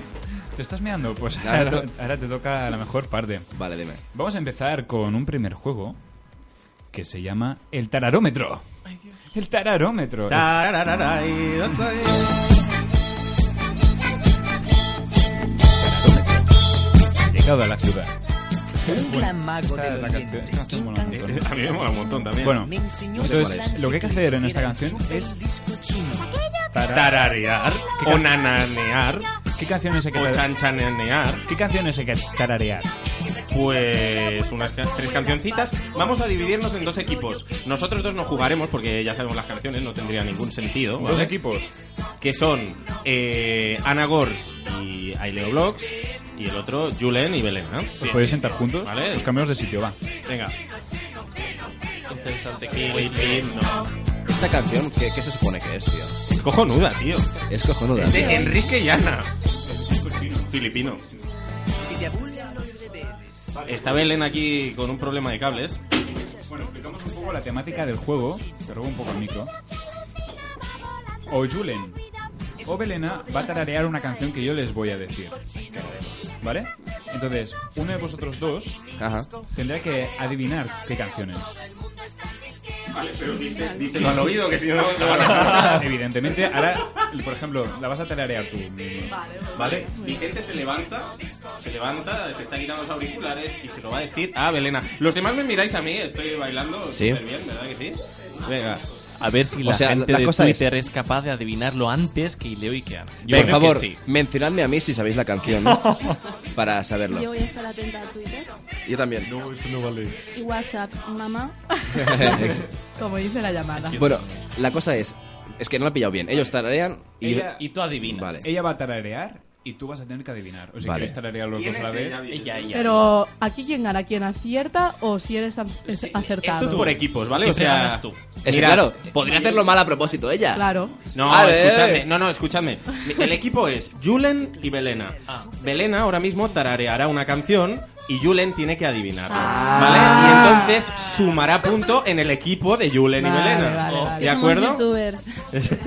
¿Te estás meando? Pues Ahora ahora, to- ahora te toca la mejor parte. Vale, dime. Vamos a empezar con un primer juego que se llama El Tararómetro. El Tararómetro. Llegado a la ciudad. Un gran mago del oriente. A mí me mola un montón también. Bueno, Me enseñó entonces lo que hay que hacer en esta canción es Tararear, ¿Qué o can- nananear, ¿Qué canciones hay que o tar- chanchanear. ¿Qué canciones hay que tararear? Pues unas ca- tres cancioncitas. Vamos a dividirnos en dos equipos. Nosotros dos no jugaremos porque ya sabemos las canciones, no tendría ningún sentido. Dos equipos. Que son eh, Ana Gors y Aileo Blogs. Y el otro, Julen y Belén. ¿no? ¿Os podéis sentar juntos? Vale. Os cambiamos de sitio, va. Venga. Interesante. Esta canción, ¿qué, qué se supone que es, tío? Es cojonuda, tío. Es cojonuda. Es de Enrique Llana. Filipino. Está Belén aquí con un problema de cables. Bueno, explicamos un poco la temática del juego. Te robo un poco el micro. O Julen o Belena va a tararear una canción que yo les voy a decir. ¿Vale? Entonces, uno de vosotros dos Ajá. tendrá que adivinar qué canciones. Vale, pero dice- Genial. díselo al oído, que si no, no van a escuchar. Evidentemente, ahora, por ejemplo, la vas a telarear tú mismo. ¿Vale? Vicente se levanta, se levanta, se está quitando los auriculares y se lo va a decir a Belena. Los demás me miráis a mí, estoy bailando Sí. súper bien, ¿verdad que sí? Venga. A ver si O la sea, gente la de cosa es- Twitter es... capaz de adivinarlo antes que Ileo y que Ana. Yo Por creo que favor, sí. mencionadme a mí si sabéis la canción, ¿no? para saberlo. Yo voy a estar atenta a Twitter Yo también. No, eso no vale. y WhatsApp, mamá. Como dice la llamada. bueno, la cosa es, es que no la he pillado bien. Ellos tararean y, yo- Ella- Vale. Ella va a tararear y tú vas a tener que adivinar. O si Vale. quieres tararear los ¿Quién dos a la es vez. ella? Pero aquí quién gana, quién acierta o si eres am- es- acertado. Esto es por equipos, ¿vale? Siempre o sea, ganas tú. Es que, claro, podría hacerlo mal a propósito ella. Claro. No, A ver. escuchadme, no, no, escuchadme. Mi- El equipo es Julen y Belena. Ah. Belena ahora mismo tarareará una canción y Julen tiene que adivinarla. Ah. ¿Vale? Y entonces sumará punto en el equipo de Julen y Vale, Belena. vale, vale. ¿De Que somos acuerdo? youtubers.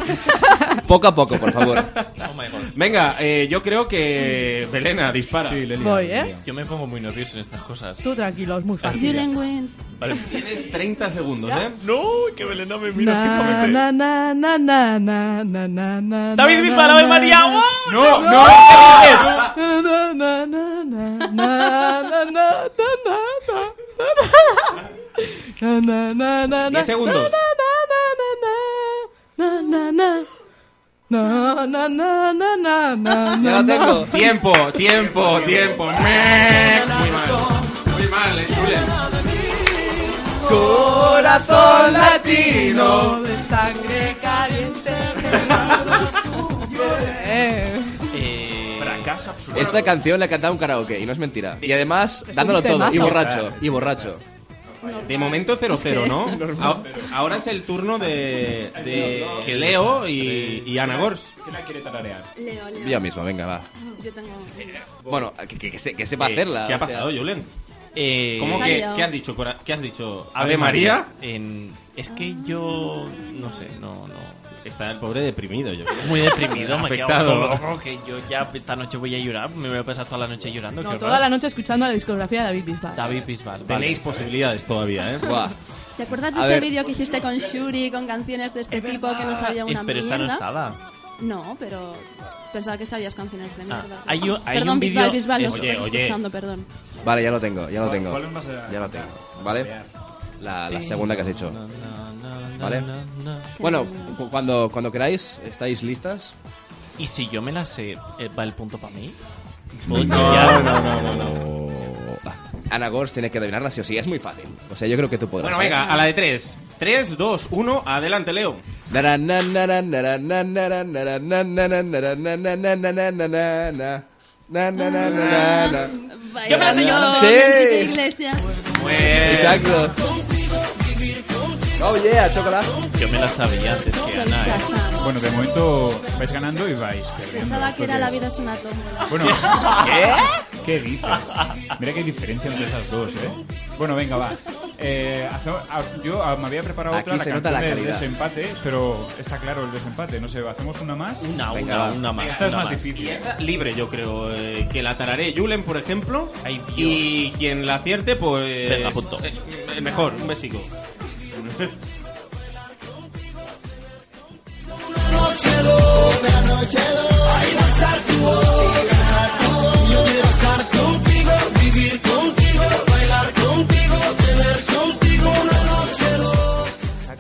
Poco a poco, por favor. Oh Venga, eh, yo creo que Belena dispara. Voy, ¿eh? Yo me pongo muy nervioso en estas cosas. Tú tranquilo, es muy fácil. Julian Wins. Vale. Tienes 30 segundos, ¿Ya? ¿eh? No, que Belena me Na, na, na, na, na, na, na, na, na, David na, Bisbal, Abel na, María, na, ¡guau! No, no, na, na, na, na, na, na, na, na, na, na, na, na, na, na, Diez segundos. na, na, na. Na, na, na, na, na, na, na, na. Tiempo, tiempo, tiempo. Me- Muy mal. Muy mal, eh, Julen. Corazón latino de sangre caliente. Eh, Fracaso absoluto. Esta canción la he cantado en un karaoke y no es mentira. Y además, un dándolo todo. Y temazo. borracho, y borracho. De momento 0-0, ¿no? Ah, Ahora es el turno de, de Leo y, y Ana Gors. ¿Quién la quiere tararear? Leo, Leo. Yo mismo, venga, va. Yo tengo. Bueno, que, que, que se- que sepa Eh, hacerla. ¿Qué ha o sea. pasado, Julen? Eh, ¿Cómo Se ha que liado. qué has dicho? Cora- ¿Qué has dicho? Ave ¿Ave María? En- es que yo. No sé, no, no. Está el pobre deprimido, yo creo. Muy deprimido, me he quedado Afectado. todo loco, que yo ya esta noche voy a llorar, me voy a pasar toda la noche llorando. No, qué toda horror. la noche escuchando la discografía de David Bisbal. David Bisbal. Tenéis posibilidades todavía, ¿eh? ¿Te acuerdas de A ese ver. vídeo que hiciste con Shuri, con canciones de este tipo que no sabía una pero esta mierda? no estaba. No, pero pensaba que sabías canciones de Ah, mierda. hay un- hay perdón, un Bisbal, vídeo- Bisbal, no Oye, estoy oye. escuchando, perdón. Vale, ya lo tengo, ya lo ¿Cuál- tengo. cuál vas a Ya cantar? lo tengo, ¿vale? La, la Sí. segunda que has hecho. ¿Vale? na, na, na. Bueno, cu- cuando, cuando queráis, ¿estáis listas? Y si yo me la sé, eh, ¿va el punto para mí? No, Oye, ya. Ana Gors tiene que adivinarla sí o sí, es muy fácil. O sea, yo creo que tú podrás. ¿eh? Bueno, venga, a la de 3. 3, 2, 1, adelante, Leo. Vaya, Yo me la sé, yo me la no, sé. Enrique Iglesias. Exacto. Oh yeah, chocolate. Yo me la sabía antes que Soy Ana, ¿eh? Shazam. Bueno, de momento vais ganando y vais perdiendo. Pensaba que ¿Esto era qué la es? vida es una tómbola. Bueno, ¿Qué dices? Mira qué diferencia entre esas dos, ¿eh? Bueno, venga, va. Eh, hacemos- ah, yo ah, me había preparado Aquí otra, la se canción nota la del calidad. desempate, pero está claro el desempate. No sé, ¿hacemos una más? Una, Venga, una, va. una más. Esta es una más más. difícil. Y esta libre, yo creo. eh, que la tararé Julen, por ejemplo. Y quien la acierte, pues. Venga, punto. eh, eh, mejor, un besico.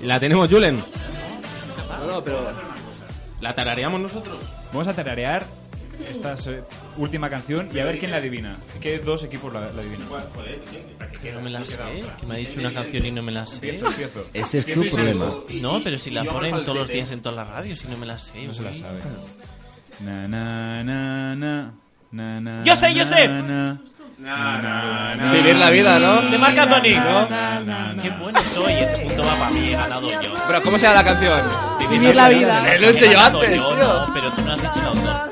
La tenemos, Julen. No, no, pero. La tarareamos nosotros. Vamos a tararear esta eh, última canción y a ver quién la adivina. ¿Qué dos equipos la, la adivinan? Que no me la sé, que me ha dicho una canción y no me la sé. Empiezo, empiezo. Ese es tu problema. No, pero si la Y yo ponen con todos los falsete. días en todas las radios y no me la sé. No se la güey. sabe. Na, na, na, na. Na, na, Yo sé, yo sé. na, na. Na, na, na. Vivir la vida, ¿no? De Marc Anthony. Na, na, na, na. Qué bueno soy, ese punto va para mí, he ganado yo. Pero, ¿cómo se llama la canción? Vivir la vida. Eh, Lo he dicho He yo ganado antes, yo, tío. No, pero tú no has dicho la otra.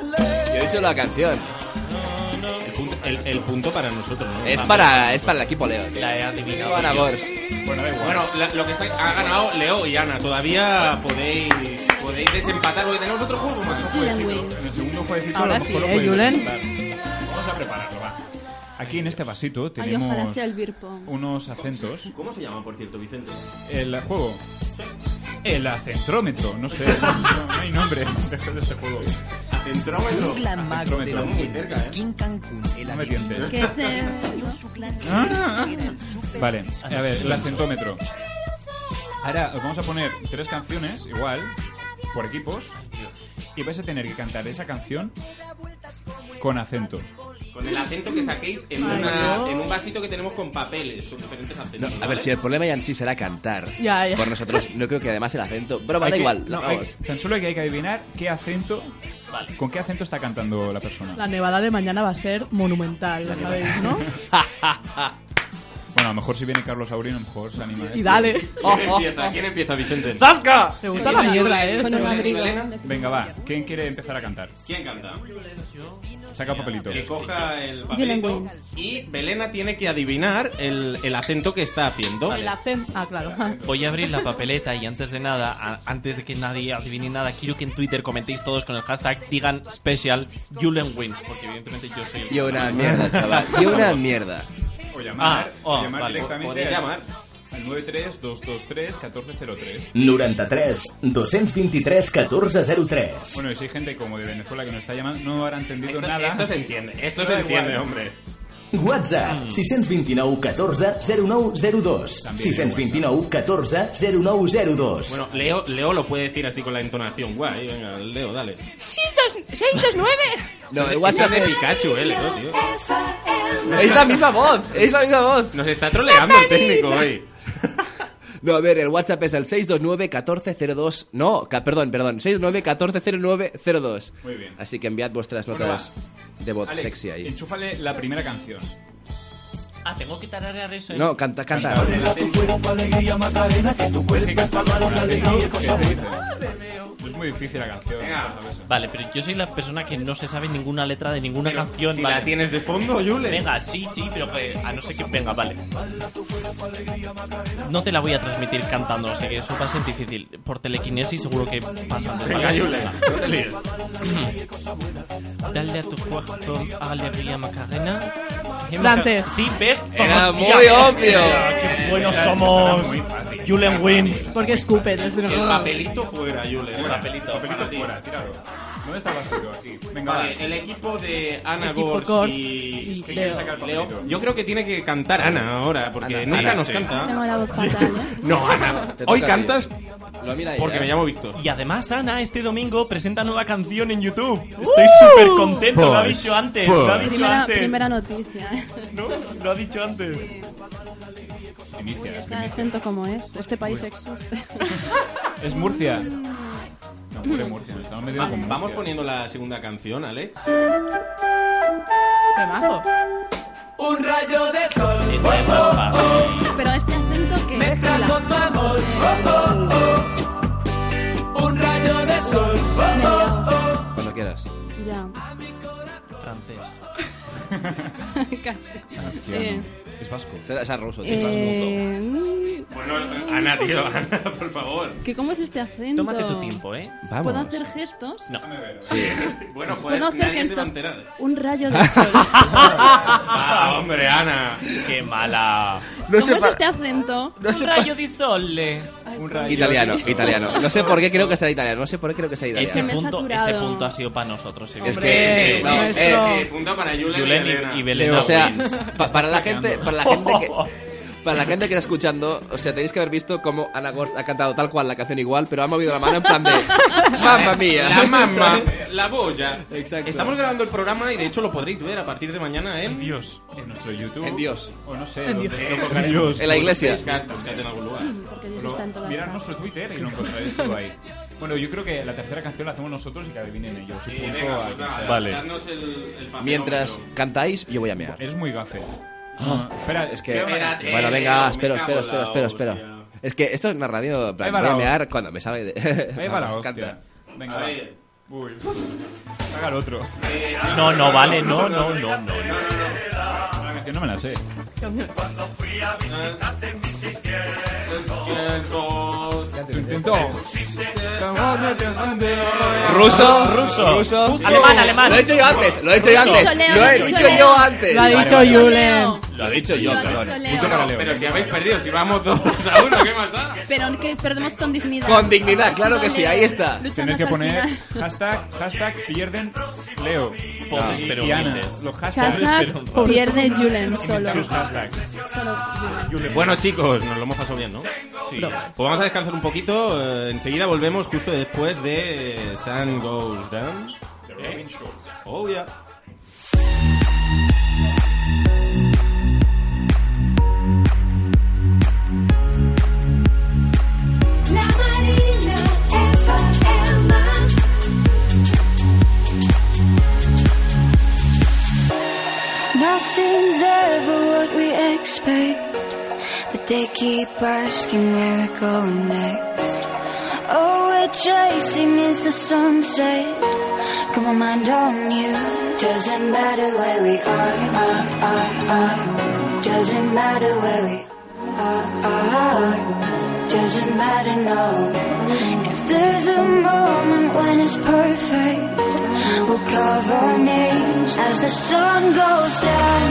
Yo he dicho la canción. El punto, el, el punto para nosotros, ¿no? Es Vamos. para, es para el equipo Leo. tío. La he Yo, adivinado. Ana yo. Gors. Bueno, da igual. Bueno, la- lo que está, ha ganado Leo y Ana. Todavía podéis, podéis desempatar porque tenemos otro juego más. Julian Wins. En el segundo jueguecito Ahora a lo sí, mejor lo ¿eh, podéis Julen? intentar. Vamos a prepararlo, va. Aquí en este vasito Ay, ojalá tenemos sea el beer pong. unos acentos. ¿Cómo se llama, por cierto, Vicente? El juego. El acentrómetro, no sé, no, no hay nombre después de este juego. Acentrómetro. ¿eh? Un gran mago de Acentrómetro. los dientes. King Cancún, el No me tientes. Que es de... Ah, Vale, a ver, el acentómetro. Ahora os vamos a poner tres canciones, igual, por equipos, y vais a tener que cantar esa canción con acento. Con el acento que saquéis en, Ay, una- no. en un vasito que tenemos con papeles, con diferentes acentos. A ver, si el problema ya en sí será cantar Ya, ya. por nosotros, no creo que además el acento. Broma, Hay da que- igual, no, la- hay- vamos. tan solo que hay que adivinar qué acento, con qué acento está cantando la persona. La nevada de mañana va a ser monumental, lo sabéis, ¿no? Bueno, a lo mejor si viene Carlos Aurino, a este. lo mejor se anima. Y dale. ¿Quién empieza? ¿Quién empieza, Vicente? ¡Zasca! Te gusta la mierda, ¿eh? Con un abrigo. Venga, va. ¿Quién quiere empezar a cantar? ¿Quién canta? Saca papelito. Que coja el Julian papelito. Y Belena tiene que adivinar el, el acento que está haciendo. El acento. Ah, claro. Voy a abrir la papeleta y antes de nada, a- antes de que nadie adivine nada, quiero que en Twitter comentéis todos con el hashtag digan special Julen Wins, porque evidentemente yo soy el Y una culpable. mierda, chaval. Y una mierda. O llamar, Ah, oh, o llamar vale. directamente Podéis al, llamar. al 93223-1403. 93 223 1403. Bueno, y si hay gente como de Venezuela que nos está llamando, no habrá entendido Esto- nada. esto se entiende, esto Da se igual. entiende, hombre. WhatsApp 629 14 0902. 629 14 0902. Bueno, Leo, Leo lo puede decir así con la entonación. Guay, venga, Leo, dale. 629. No, el WhatsApp WhatsApp de Pikachu, eh, Leo, tío. Es la misma voz, es la misma voz. Nos está troleando el técnico hoy. No, a ver, el WhatsApp es el 629-1402. No, ca- perdón, perdón. 629-140902. Muy bien. Así que enviad vuestras Bueno, notas de voz Alex, sexy ahí. Enchúfale la primera canción. Ah, tengo que tararear eso. ¿eh? No, canta, canta. Es muy difícil la canción. ¿sabes? Vale, pero yo soy la persona que no se sabe ninguna letra de ninguna canción. si vale. la tienes de fondo, Julen. Venga, sí, sí, pero que- a no ser que venga, vale. No te la voy a transmitir cantando, así que eso va a ser difícil. Por telequinesis seguro que pasa. antes, Venga, ¿vale? Julen, no te líes. Dale a tu cuarto alegría Macarena. Dante. Sí, ves. Era Toma, muy tía, es- eh, obvio. Qué buenos Era- somos. era muy fácil. Julen Wins. Porque escupen. es de- El papelito fuera, Julen. El papelito, para ti. Fuera, tíralo. ¿Dónde está Basito? Aquí. Venga, Vale, el equipo de Ana Equipo Gors Gors y... y ¿Quién Leo. quiere sacar el Leo. papelito? Yo creo que tiene que cantar Ana ahora, porque Ana, nunca Ana, nos sí. canta. Tengo la voz fatal, ¿eh? No, Ana. Te toca Hoy a ti. cantas Lo mira ella. porque me llamo Víctor. Y además, Ana, este domingo presenta nueva canción en YouTube. Estoy súper contento, lo ha Pues, dicho antes. pues. Lo ha dicho Uh. Primera, antes. primera noticia, ¿eh? No, lo ha dicho antes. Uy, Primicia, está de primicia. acento como es. Este país existe. Es Murcia. No, pobre Murcia. nos Estamos metiendo con Vamos Murcia. poniendo la segunda canción, Alex. Temazo. Un rayo Oh, de sol. Esta es más fácil. Pero este acento que... Mezcla con tu amor, oh, oh, oh. un rayo de sol. Cuando quieras. Ya. Francés. Casi. Murcia, Eh, no. Es vasco. Será será ruso, tío. eh, mm, Bueno, Ana, tío, Ana, por favor. ¿que ¿Cómo es este acento? Tómate tu tiempo, ¿eh? Vamos. ¿Puedo hacer gestos? No. Bueno, pues ¿Puedo nadie hacer se va a gestos? enterar. Un rayo de sol. Ah, hombre, Ana. ¡Qué mala! No ¿Cómo sé es pa- este acento? Un rayo de eh. sole. Un rayo Italiano, de sol. italiano. No sé por qué creo que será italiano. No sé por qué creo que será Ese italiano. me ha punto, saturado. ese punto ha sido para nosotros. Es evidentemente. que. Hombre, no, maestro. eh, Sí, punto para Julen, Julen y Elena. y, y Belén. O sea, pa- para la Estás gente, para la gente que para la gente que está escuchando, o sea, tenéis que haber visto cómo Ana Gorst ha cantado tal cual la canción igual, pero ha movido la mano en plan de mamma mía. La mamá, la boya. Exacto. Estamos grabando el programa y de hecho lo podréis ver a partir de mañana en. Dios. En nuestro YouTube. En Dios. O no sé. En donde Dios. lo colocaremos. En la iglesia. Buscad, buscad en algún lugar. Porque Dios Pero está en todas mirad partes. nuestro Twitter y lo encontraréis todo ahí. Bueno, yo creo que la tercera canción la hacemos nosotros y que adivinen ellos. Y Sí, punto venga, a pues quien nada, sea. dadnos el- el papelómetro. Mientras cantáis, yo voy a mear. Ah, Eres muy gafe. No, Ah, espera, Es que espera una Espérate, canción. bueno, venga, Leo, espero, me cago espero, en espero, la espero, espero. hostia. Es que esto es una radio, en plan, Ahí va voy a la mear cuando me sabe de. Ahí va la Vamos, hostia. canta. Venga, A va. ver. Uy. Saca el otro. No, no, vale, no, no, no, no. La canción no me la sé. Canciones. Cientos. Ruso, ruso, ruso. Alemán, alemán. Lo he dicho yo antes, lo he dicho yo Ruso, antes. Leo, lo lo he ha dicho dicho yo Leo. Lo antes. ha Vale, dicho vale, vale. Julen. Lo ha dicho yo, Lo ha dicho perdón. Leo. Punto para Leo. Pero si habéis perdido, si vamos dos a uno, ¿qué más da? Pero que perdemos con dignidad. Con dignidad, claro que sí, Vale. ahí está. Luchando Tenéis que hasta el poner final. hashtag, hashtag pierden Leo. Pobres, Y- pero y Ana, humildes. Los hashtags. Hashtag pierde Ah, Julen solo. Los hashtags. Solo Julen. Bueno, chicos, nos lo hemos pasado bien, ¿no? Sí. Pues vamos a descansar un poquito. eh, enseguida volvemos justo después de eh, Sun Goes Down. Robin Oh, yeah. La Marina FM. Nothing's ever what we expect, but they keep asking where we're going next. All we're chasing is the sunset. Got my mind on you. Doesn't matter where we are, are, are, are. Doesn't matter where we are, are, are. Doesn't matter, no. If there's a moment when it's perfect. We'll carve our names as the sun goes down.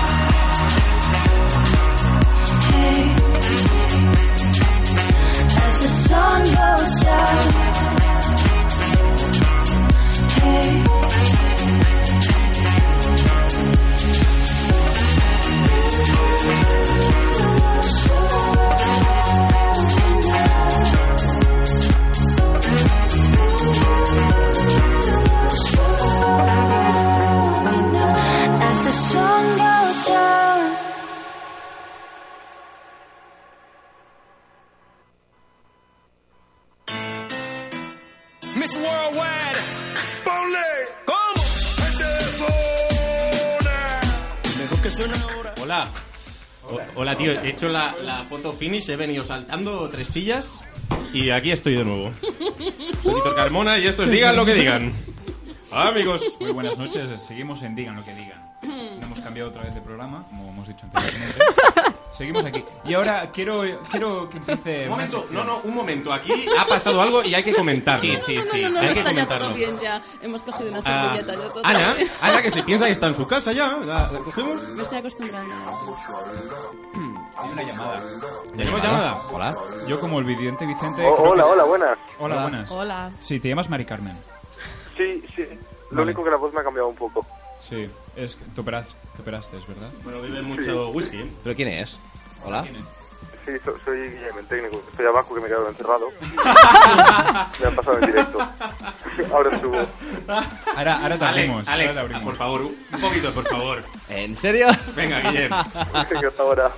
Hey, as the sun goes down. Hey. As the sun goes down. Miss Worldwide. Ponle. ¿Cómo? El teléfono. Mejor que suena ahora. Hola. O- Hola, tío. He hecho la, la foto finish, he venido saltando tres sillas y aquí estoy de nuevo. Soy Víctor Carmona y estos digan lo que digan. Hola, amigos. Ah, Muy buenas noches. Seguimos en Digan lo que digan. No hemos cambiado otra vez de programa, como hemos dicho anteriormente. Seguimos aquí. Y ahora quiero, quiero que Un empiece. una momento, sección. no, no, un momento. Aquí ha pasado algo y hay que comentarlo. Sí, sí, sí. No, no, no, Hay que está ya todo comentarlo. bien, ya. Hemos cogido una Ah, servilleta, ya todo Ana, bien. Ana, que se piensa que está en su casa ya. ¿La, la cogemos? Me estoy acostumbrando. Hay una llamada. ¿Tenemos llamada? Hola. Yo, como el vidente Vicente. Oh, creo hola, que sí. hola, buenas. Hola, buenas. Hola. Sí, te llamas Mari Carmen. Sí, sí. Lo Vale. único que la voz me ha cambiado un poco. Sí, es que te operaste, te operaste, es verdad. Bueno, vive mucho whisky. ¿Pero quién es? Hola. Sí, so- soy Guillermo, el técnico. Estoy abajo que me he quedado encerrado. me han pasado en directo. Ahora subo. Ahora, ahora te Alex, abrimos, Alex, ahora te abrimos. por favor, un poquito, por favor. ¿En serio? Venga, Guillem. Que hasta ahora.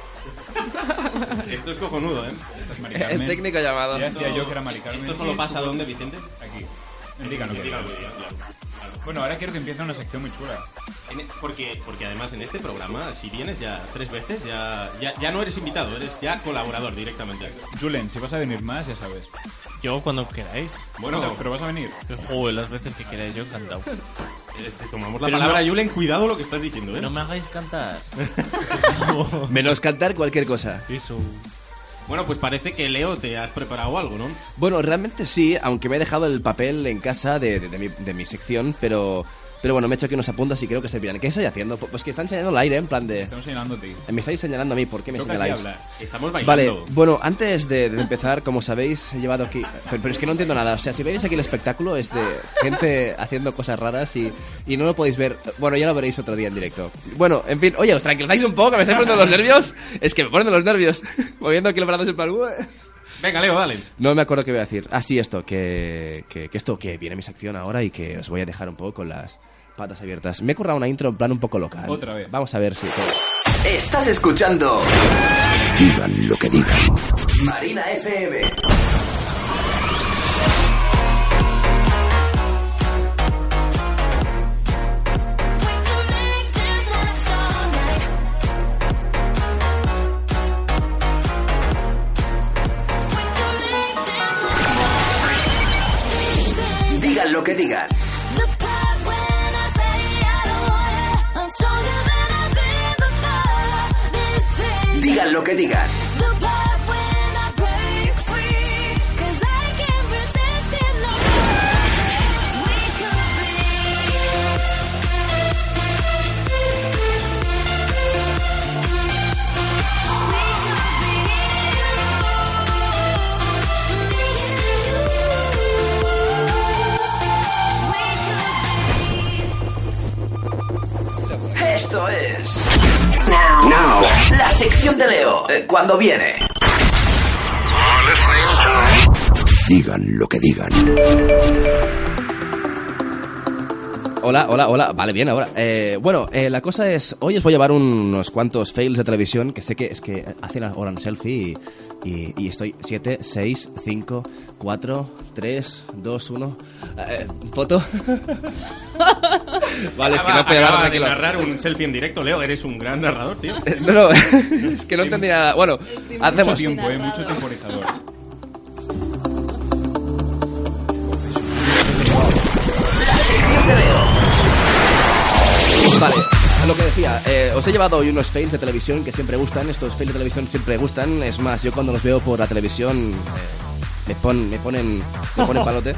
Esto es cojonudo, ¿eh? Mari Carmen. técnico llamado. Ya decía yo que era Mari Carmen. ¿Esto solo pasa dónde, Vicente? Aquí. Indica lo que Indica diga. lo que diga, claro, claro. Bueno, ahora quiero que empiece una sección muy chula. En- e, Porque, porque además en este programa, si vienes ya tres veces, ya, ya, ya no eres invitado, eres ya colaborador directamente. Julen, si vas a venir más, ya sabes. Yo cuando queráis. Bueno. O sea, pero vas a venir. Joder, las veces que queráis, yo encantado. Te tomamos la palabra, Julen, cuidado lo que estás diciendo, ¿eh? No me hagáis cantar. Menos cantar cualquier cosa. Eso. Bueno, pues parece que Leo te has preparado algo, ¿no? Bueno, realmente sí, aunque me he dejado el papel en casa de, de- de mi, de mi sección, pero, pero bueno, me he hecho aquí unos apuntes y creo que servirán. ¿Qué estáis haciendo? Pues que están enseñando el aire, en plan de... Estamos señalando a ti. Me estáis señalando a mí, ¿por qué me Toca señaláis? aquí hablar. Estamos Vale, bailando. bueno, antes de, de empezar, como sabéis, he llevado aquí... Pero, pero es que no entiendo nada, o sea, si veis aquí el espectáculo es de gente haciendo cosas raras y, y no lo podéis ver... Bueno, ya lo veréis otro día en directo. Bueno, en fin, oye, os tranquilizáis un poco, que me estáis poniendo los nervios. Es que me ponen los nervios, moviendo aquí los brazos en plan... "Ué". Venga, Leo, dale. No me acuerdo qué voy a decir. Ah, sí, esto, que, que, que esto, que viene mi sección ahora y que os voy a dejar un poco con las patas abiertas. Me he currado una intro en plan un poco local. Otra vez. Vamos a ver si... Estás escuchando Digan lo que digan. Marina FM. Digan lo que digan. Digan lo que digan. Esto es. Now. La sección de Leo. eh, cuando viene. Digan lo que digan. Hola, hola, hola. Vale, bien, ahora. Eh, bueno, eh, la cosa es, hoy os voy a llevar unos cuantos fails de televisión que sé que es que hacen ahora un selfie y, y- y estoy 7, 6, 5, 4, 3, 2, 1. Eh, foto. vale, es que no Acaba- acaba puedo hablar de tranquilo. narrar un selfie en directo, Leo. Eres un gran narrador, tío. Eh, No, no, es que no entendía nada. Bueno, primer hacemos. selfie Mucho tiempo, eh, narrado. mucho temporizador. Vale, a lo que decía, eh, os he llevado hoy unos fails de televisión que siempre gustan, estos fails de televisión siempre gustan, es más, yo cuando los veo por la televisión eh, me, pon- me ponen me ponen palote.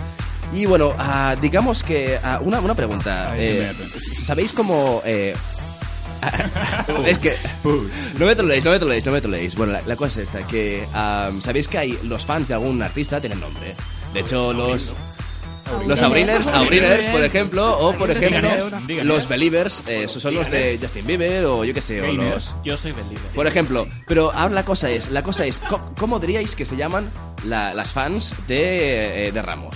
Y bueno, ah, digamos que ah, una, una pregunta, Ahí se eh, ¿sabéis cómo... eh, es que... No me troleéis, no me troleéis, no me troleéis. Bueno, la, la cosa es esta, que ah, ¿sabéis que hay los fans de algún artista tienen nombre? De hecho, los... Los Auriners, Auriners, por ejemplo, o por ejemplo, los Believers, eh, esos son los de Justin Bieber o yo qué sé, o los... Yo soy believer. Por ejemplo, pero ahora la cosa es, la cosa es, co- ¿cómo diríais que se llaman la- las fans de, eh, de Ramos?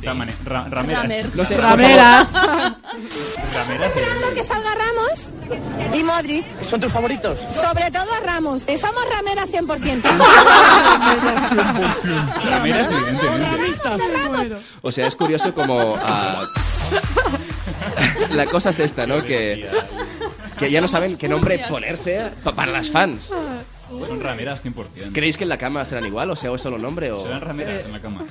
Ramane- ra- rameras. Ramers. No sé, por Rameras. Rameras. Esperando que salga Ramos y Modric. ¿Son tus favoritos? Sobre todo Ramos. Eh, Somos rameras 100%. Rameras, evidentemente. favor. O sea, es curioso como... ah, la cosa es esta, ¿no? Que, que ya no saben qué nombre ponerse pa- para las fans. Son rameras 100%. ¿Creéis que en la cama serán igual o sea es solo nombre o...? Serán rameras en la cama.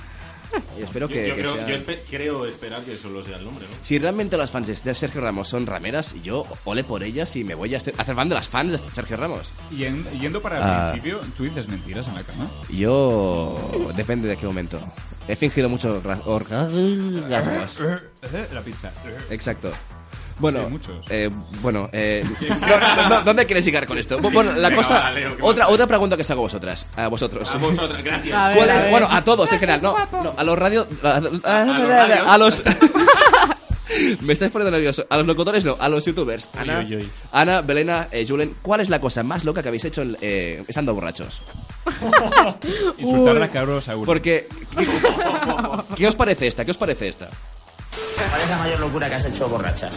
Y espero que, yo que creo, sea- yo espe- creo esperar que solo sea el nombre, ¿no? Si realmente las fans de Sergio Ramos son rameras, yo ole por ellas y me voy a hacer hacer fan de las fans de Sergio Ramos. Y en- yendo para Ah. el principio, tú dices mentiras en la cama. Yo... depende de qué momento. He fingido muchos ra- orgasmos. La pizza. Exacto. Bueno, Sí, muchos. eh, bueno, eh, no, no, no, ¿dónde queréis llegar con esto? Bu- Bueno, la Venga, cosa, va, Leo, ¿qué otra, otra pregunta que os hago a vosotras, a vosotros. A vosotras, gracias. A ver, ¿Cuál es? a ver. Bueno, a todos en general, no, no, a los radio, a, a- radios. a los, me estáis poniendo nervioso, a los locutores no, a los youtubers. Ana, uy, uy. Ana, Belena, eh, Julen, ¿cuál es la cosa más loca que habéis hecho en- eh, estando borrachos? Insultar a cabros a uno. Porque, ¿qué os parece esta? ¿Qué os parece esta? ¿Cuál es la mayor locura que has hecho borracha?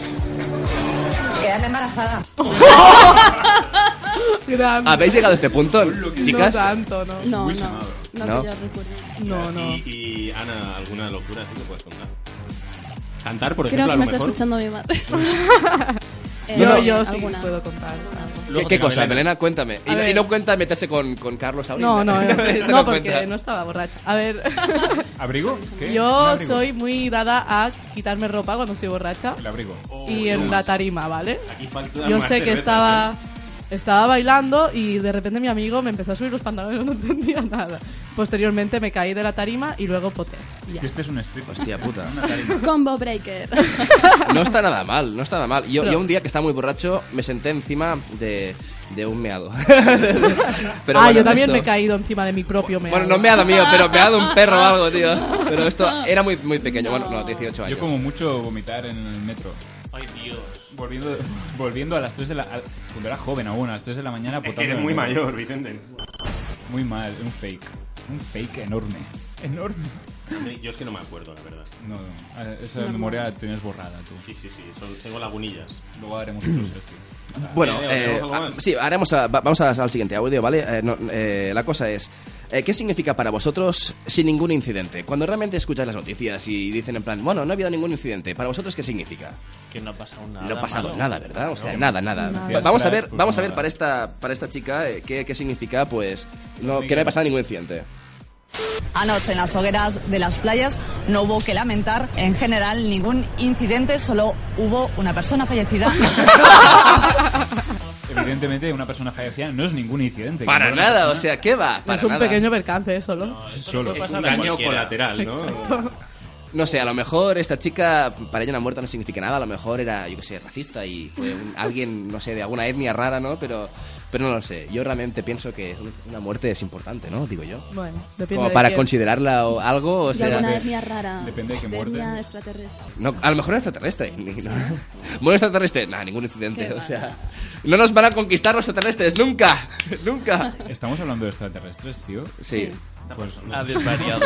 Quedarme embarazada. ¿Habéis llegado a este punto, chicas? No tanto, ¿no? No, no, no que ¿No? yo No, no. Y, y, Ana, ¿alguna locura así que puedes contar? Cantar, por Creo ejemplo, que a me lo está escuchando mejor. mi madre. Eh, Yo, ¿alguna? yo sí puedo contar. algo. ¿Qué, qué cosa, Belena? Cuéntame. A Y, no- ver. y no cuenta meterse con, con Carlos ahorita. No, no, no, Esto no, porque cuenta. no estaba borracha. A ver, ¿Abrigo? ¿Qué? ¿Un yo abrigo? soy muy dada a quitarme ropa cuando estoy borracha. El abrigo. y en la tarima, ¿vale? Oh, Aquí falta Yo más sé que cerveza, estaba estaba bailando y de repente mi amigo me empezó a subir los pantalones, yo no entendía nada. Posteriormente me caí de la tarima y luego poté. Y ya. Este es un strip. Hostia puta. Combo breaker. No está nada mal, no está nada mal. Yo, No. yo un día que estaba muy borracho me senté encima de, de un meado. Pero ah, bueno, yo también esto- me he caído encima de mi propio meado. Bueno, no meado mío, pero meado un perro o algo, tío. Pero esto era muy, muy pequeño, bueno, no, 18 años. Yo como mucho vomitar en el metro. Ay, Dios. Volviendo, volviendo a las 3 de la... a- cuando era joven aún, a las 3 de la mañana... ¿eh? Es potando que eres en el muy metro. mayor, Vicente. Muy mal, un fake. Un fake enorme. Enorme. Yo es que no me acuerdo, la verdad. No, no. Ah, Esa memoria la tienes borrada, tú. Sí, sí, sí. son- tengo lagunillas. Luego haremos otro selfie. Bueno, Eh, ¿tenemos eh, algo ah, más? sí, haremos a- va- vamos a- al siguiente audio, ¿vale? Eh, no, eh, la cosa es, eh, ¿qué significa para vosotros sin ningún incidente? Cuando realmente escuchas las noticias y dicen en plan, bueno, no ha habido ningún incidente, ¿para vosotros qué significa? Que no ha pasado nada. no ha pasado malo. nada, ¿verdad? O sea, No. nada, nada. Nada. Va- Vamos a ver, Pues vamos a ver nada. para esta, para esta chica eh, qué, qué significa, pues, no, que no haya pasado ningún incidente. Anoche en las hogueras de las playas no hubo que lamentar en general ningún incidente, solo hubo una persona fallecida. Evidentemente, una persona fallecida no es ningún incidente. Para Que no- nada, o sea, ¿qué va? Para es un nada. pequeño percance solo. Solo. Es un daño colateral, ¿no? Exacto. No sé, a lo mejor esta chica, para ella una muerta no significa nada, a lo mejor era, yo que sé, racista y fue un- alguien, no sé, de alguna etnia rara, ¿no? Pero, pero no lo sé, yo realmente pienso que una muerte es importante, ¿no? Digo yo. Bueno, depende Como de para quién. considerarla o algo, o Y sea... alguna etnia rara. Depende de qué muerte. Etnia extraterrestre. No, a lo mejor un extraterrestre. ni- no. Bueno, extraterrestre, nada, ningún Qué incidente, o va. sea... No nos van a conquistar los extraterrestres, nunca, nunca. ¿Estamos hablando de extraterrestres, tío? Sí. Pues, Ha desvariado.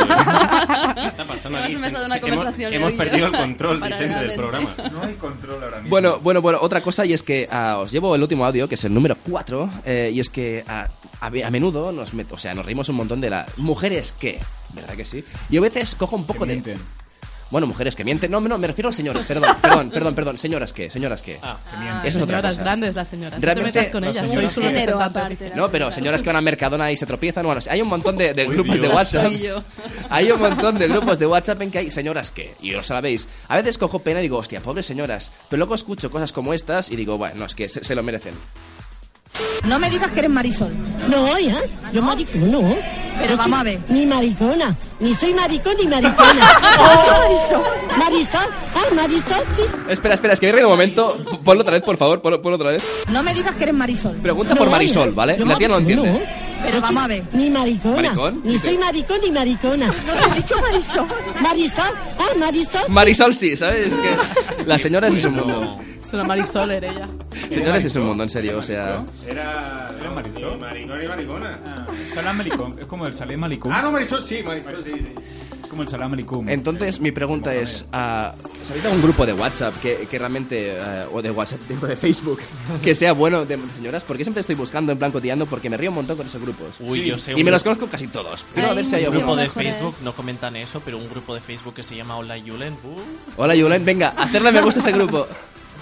Está pasando Hemos aquí. empezado Sí, una sí, conversación hemos- yo y hemos perdido yo. el control, Para Vicente, del realmente. programa. No hay control ahora mismo. Bueno, bueno, bueno, otra cosa y es que ah, os llevo el último audio, que es el número 4, y es que ah, a, ve- a menudo nos, met- o sea, nos reímos un montón de las mujeres que, ¿verdad que sí? Y a veces cojo un poco de... Bueno, mujeres que mienten, no, no, me refiero a señores, perdón, perdón, perdón, perdón, señoras que, señoras que. Ah, Eso es otra señoras cosa. grandes las señoras. no Realmente- te metas con ellas, soy su representante. No, pero señoras que van a Mercadona y se tropiezan, bueno, hay un montón de, de Uy, grupos de Dios. WhatsApp. Soy yo. Hay un montón de grupos de WhatsApp en que hay señoras que, y lo sabéis, a veces cojo pena y digo, hostia, pobres señoras, pero luego escucho cosas como estas y digo, bueno, no, es que se, se lo merecen. No me digas que eres Marisol. No, hija. Yo maricón, no. Pero Yo vamos soy a ver. Ni maricona. Ni soy maricón ni maricona. Yo soy Marisol. Marisol. Ay, Marisol, sí. Espera, espera, es que me he reído un momento, P- ponlo otra vez, por favor, ponlo, ponlo otra vez. No me digas que eres Marisol. Pregunta por Marisol, ¿vale? La tía no lo entiende. Pero vamos a ver. Ni maricona. ¿Maricón? Ni soy maricón ni maricona. No he dicho Marisol. Marisol. Ay, Marisol. Marisol sí, ¿sabes? Es que las señoras es un mundo. Es una Marisol, era ella. Señoras es un mundo, en serio, o sea... Era, era Marisol. Maricón y maricona. salam alicum. Es como el salam alicum. Ah, no, Marisol sí, Marisol sí. Como el salam alicum. Entonces, mi pregunta es, ah, ¿sabéis algún grupo de WhatsApp que, que realmente, ah, o de WhatsApp, digo, de Facebook, que sea bueno de señoras? Porque siempre estoy buscando en plan cotillando porque me río un montón con esos grupos. Uy, yo sé Y me uno. los conozco casi todos. Pero a ver si hay un alguno. grupo de Facebook, no comentan eso, pero un grupo de Facebook que se llama Hola Yulen. Uh. Hola, Yulen, venga, hacerle me gusta a ese grupo.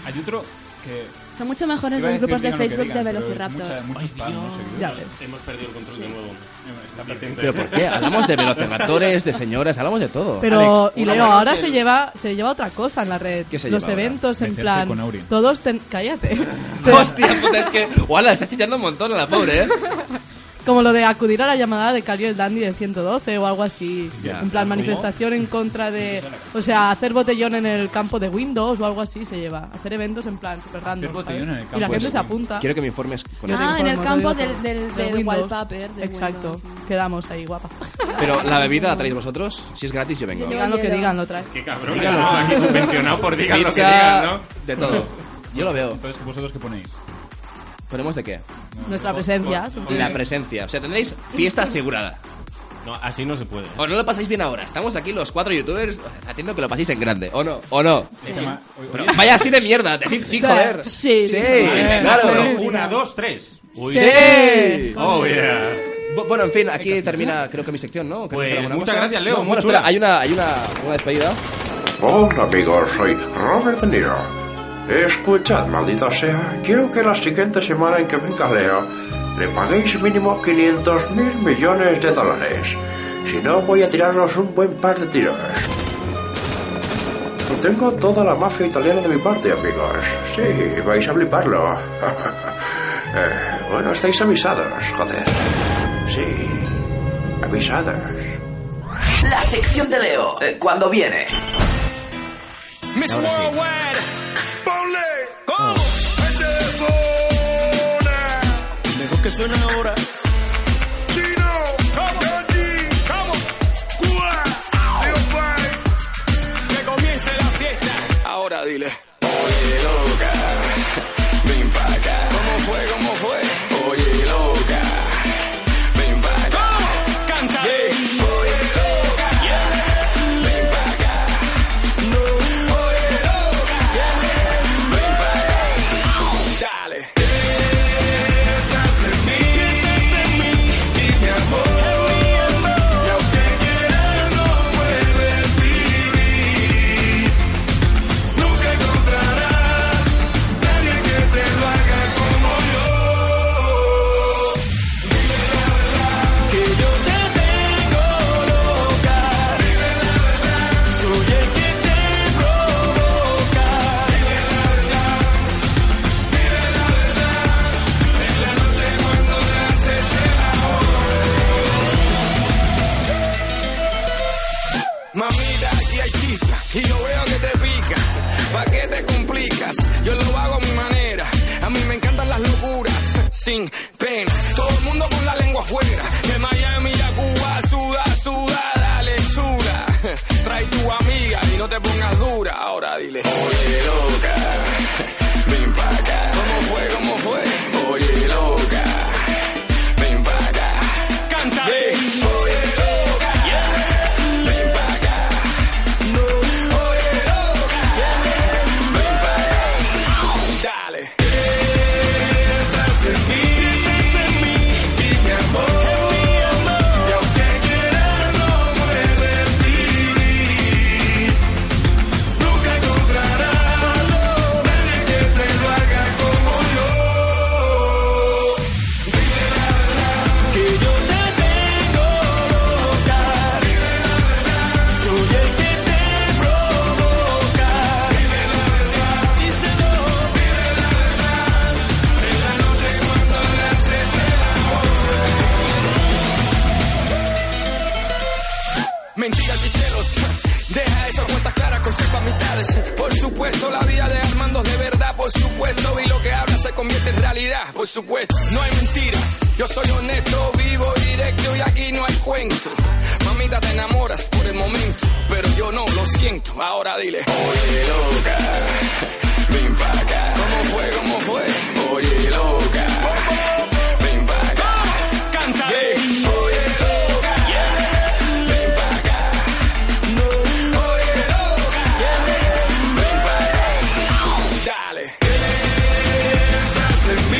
Hay otro que... Son mucho mejores Iba a los grupos de decir, digan Facebook lo de que digan, pero Velociraptors. mucha- muchos fans, no sé, Ya creo. ves. Hemos perdido el control de nuevo. Pero ¿por qué? Hablamos de velociraptores, de señoras, hablamos de todo. Pero, Alex, y una Leo, mano ahora es el- se lleva, se lleva otra cosa en la red. ¿Qué se Los lleva ahora? eventos, en Meterse plan. con Aurin. Todos ten. Cállate. Hostia, puta, es que... Wala, está chillando un montón a la pobre, ¿eh? Como lo de acudir a la llamada de Cali el Dandy del 112 o algo así. Ya. en plan, ¿Cómo? manifestación en contra de. O sea, hacer botellón en el campo de Windows o algo así se lleva. Hacer eventos en plan super random. ¿sabes? y la gente se apunta. Quiero que me informes con Yo eso. te Ah, en el informo, campo te digo del- todo. del- del Windows. wallpaper, del Exacto. Quedamos ahí, guapa. Pero la bebida la traéis vosotros. Si es gratis, yo vengo. Digan lo que digan, lo trae. Qué cabrón. Díganlo, aquí subvencionado por digan lo que Pizza, digan, ¿no? De todo. Yo lo veo. Entonces, ¿vosotros qué ponéis? ¿Ponemos de qué? Nuestra presencia. La presencia. O sea, tendréis fiesta asegurada. No, así no se puede. ¿O no lo pasáis bien ahora? Estamos aquí los cuatro youtubers haciendo que lo paséis en grande. ¿O no? ¿O no? Este Pero vaya así de mierda. Decid Sí. sí, joder. Sí, sí, sí. claro. Uno, una, dos, tres. Uy. Sí. Oh, yeah. Bu- Bueno, en fin, aquí termina creo que mi sección, ¿no? ¿Queréis Pues, hacer alguna muchas gracias, Leo, Bueno, muy espera, chula. hay una, hay una, una despedida. Hola amigos, soy Robert De Niro. Escuchad, maldita sea, quiero que la siguiente semana en que venga Leo le paguéis mínimo 500 mil millones de dólares. Si no, voy a tiraros un buen par de tiros. Tengo toda la mafia italiana de mi parte, amigos. Sí, vais a fliparlo. Eh, bueno, estáis avisados, joder. Sí, avisados. La sección de Leo, eh, cuando viene. Miss Ahora sí. Worldwide, ponle Oh. como Mejor que suena ahora. Chino, Dandy, Cuba, Leopard. Que comience la fiesta. Ahora dile. Oye, loca, ven para acá. ¿Cómo fue? ¿Cómo fue? Oye, loca, ven para acá. Canta. Oye, loca, ven para acá. No, oye, loca, ven para acá. Dale. Soy el que te provoca. Dime la verdad, dime la verdad. En la noche cuando me haces el amor. Mamita, aquí hay chispa y yo veo que te pica. ¿Para qué te complicas? Yo lo hago a mi manera. A mí me encantan las locuras, sin pena. Todo el mundo con la lengua afuera. De Miami a Cuba, suda, suda, la lechura. Trae tu amiga y no te pongas dura. Ahora dile. Oye, loca, ven para acá. ¿Cómo fue? ¿Cómo fue? Oye, loca, ven para acá. Canta. Oye, loca, ven para acá. No. Oye, loca, ven para acá. Dale. Piensas en mí, piensas en mí, y mi amor. Y aunque quieras no puedes vivir, nunca encontrarás nadie que te lo haga como yo. Dime la verdad, que yo te tengo loca. Dime la verdad, soy el que te provoca. Dime la verdad, díselo. Dime la verdad, en la noche cuando le haces el amor. Mentiras y celos, deja esas cuentas claras, conserva amistades. Por supuesto, la vida de Armando es de verdad, por supuesto. Y lo que habla se convierte en realidad, por supuesto. No hay mentira, yo soy honesto, vivo directo y aquí no hay cuento. Mamita, te enamoras por el momento, pero yo no lo siento. Ahora dile, oye loca, ven para acá. ¿Cómo fue? ¿Cómo fue? Oye loca, ven para acá. Canta, oye loca, ven para acá. Oye, loca, ven para acá. Dale. Piensas en mí,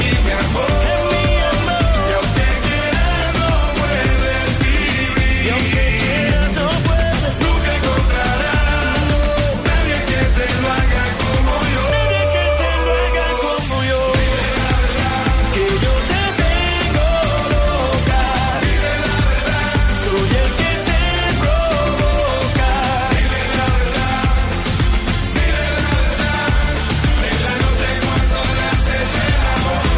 y mi amor. Y aunque quieras no puedes vivir. Y aunque quieras no puedes. Nunca encontrarás nadie que te lo haga como yo. Nadie que te lo haga como yo. Dime la verdad, que yo te tengo loca. Dime la verdad, soy el que te provoca. Dime la verdad, dime la verdad. En la noche cuando le haces el amor.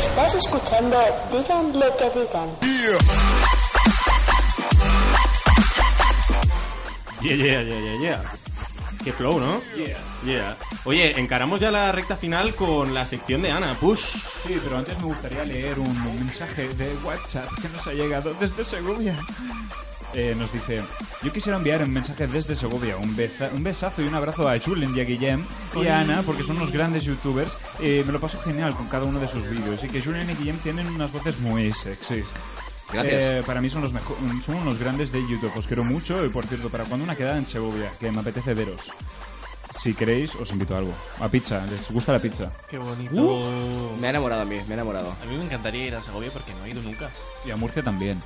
Estás escuchando Digan lo que digan. Yeah, yeah, yeah, yeah, yeah. Qué flow, ¿no? Yeah. Yeah. Oye, encaramos ya la recta final con la sección de Ana. Push. Sí, pero antes me gustaría leer un mensaje de WhatsApp que nos ha llegado desde Segovia. Eh, nos dice, yo quisiera enviar un mensaje desde Segovia, un, beza- un besazo y un abrazo a Julen y a Guillem y a Ana, porque son unos grandes youtubers. Eh, me lo paso genial con cada uno de sus vídeos y que Julen y Guillem tienen unas voces muy sexys. Gracias. Eh, para mí son, los mejo- son unos grandes de YouTube, os quiero mucho y por cierto, para cuando una quedada en Segovia, que me apetece veros. Si queréis, os invito a algo. A pizza, les gusta la pizza. Qué bonito. Uh. Me ha enamorado a mí, me ha enamorado. A mí me encantaría ir a Segovia porque no he ido nunca. Y a Murcia también.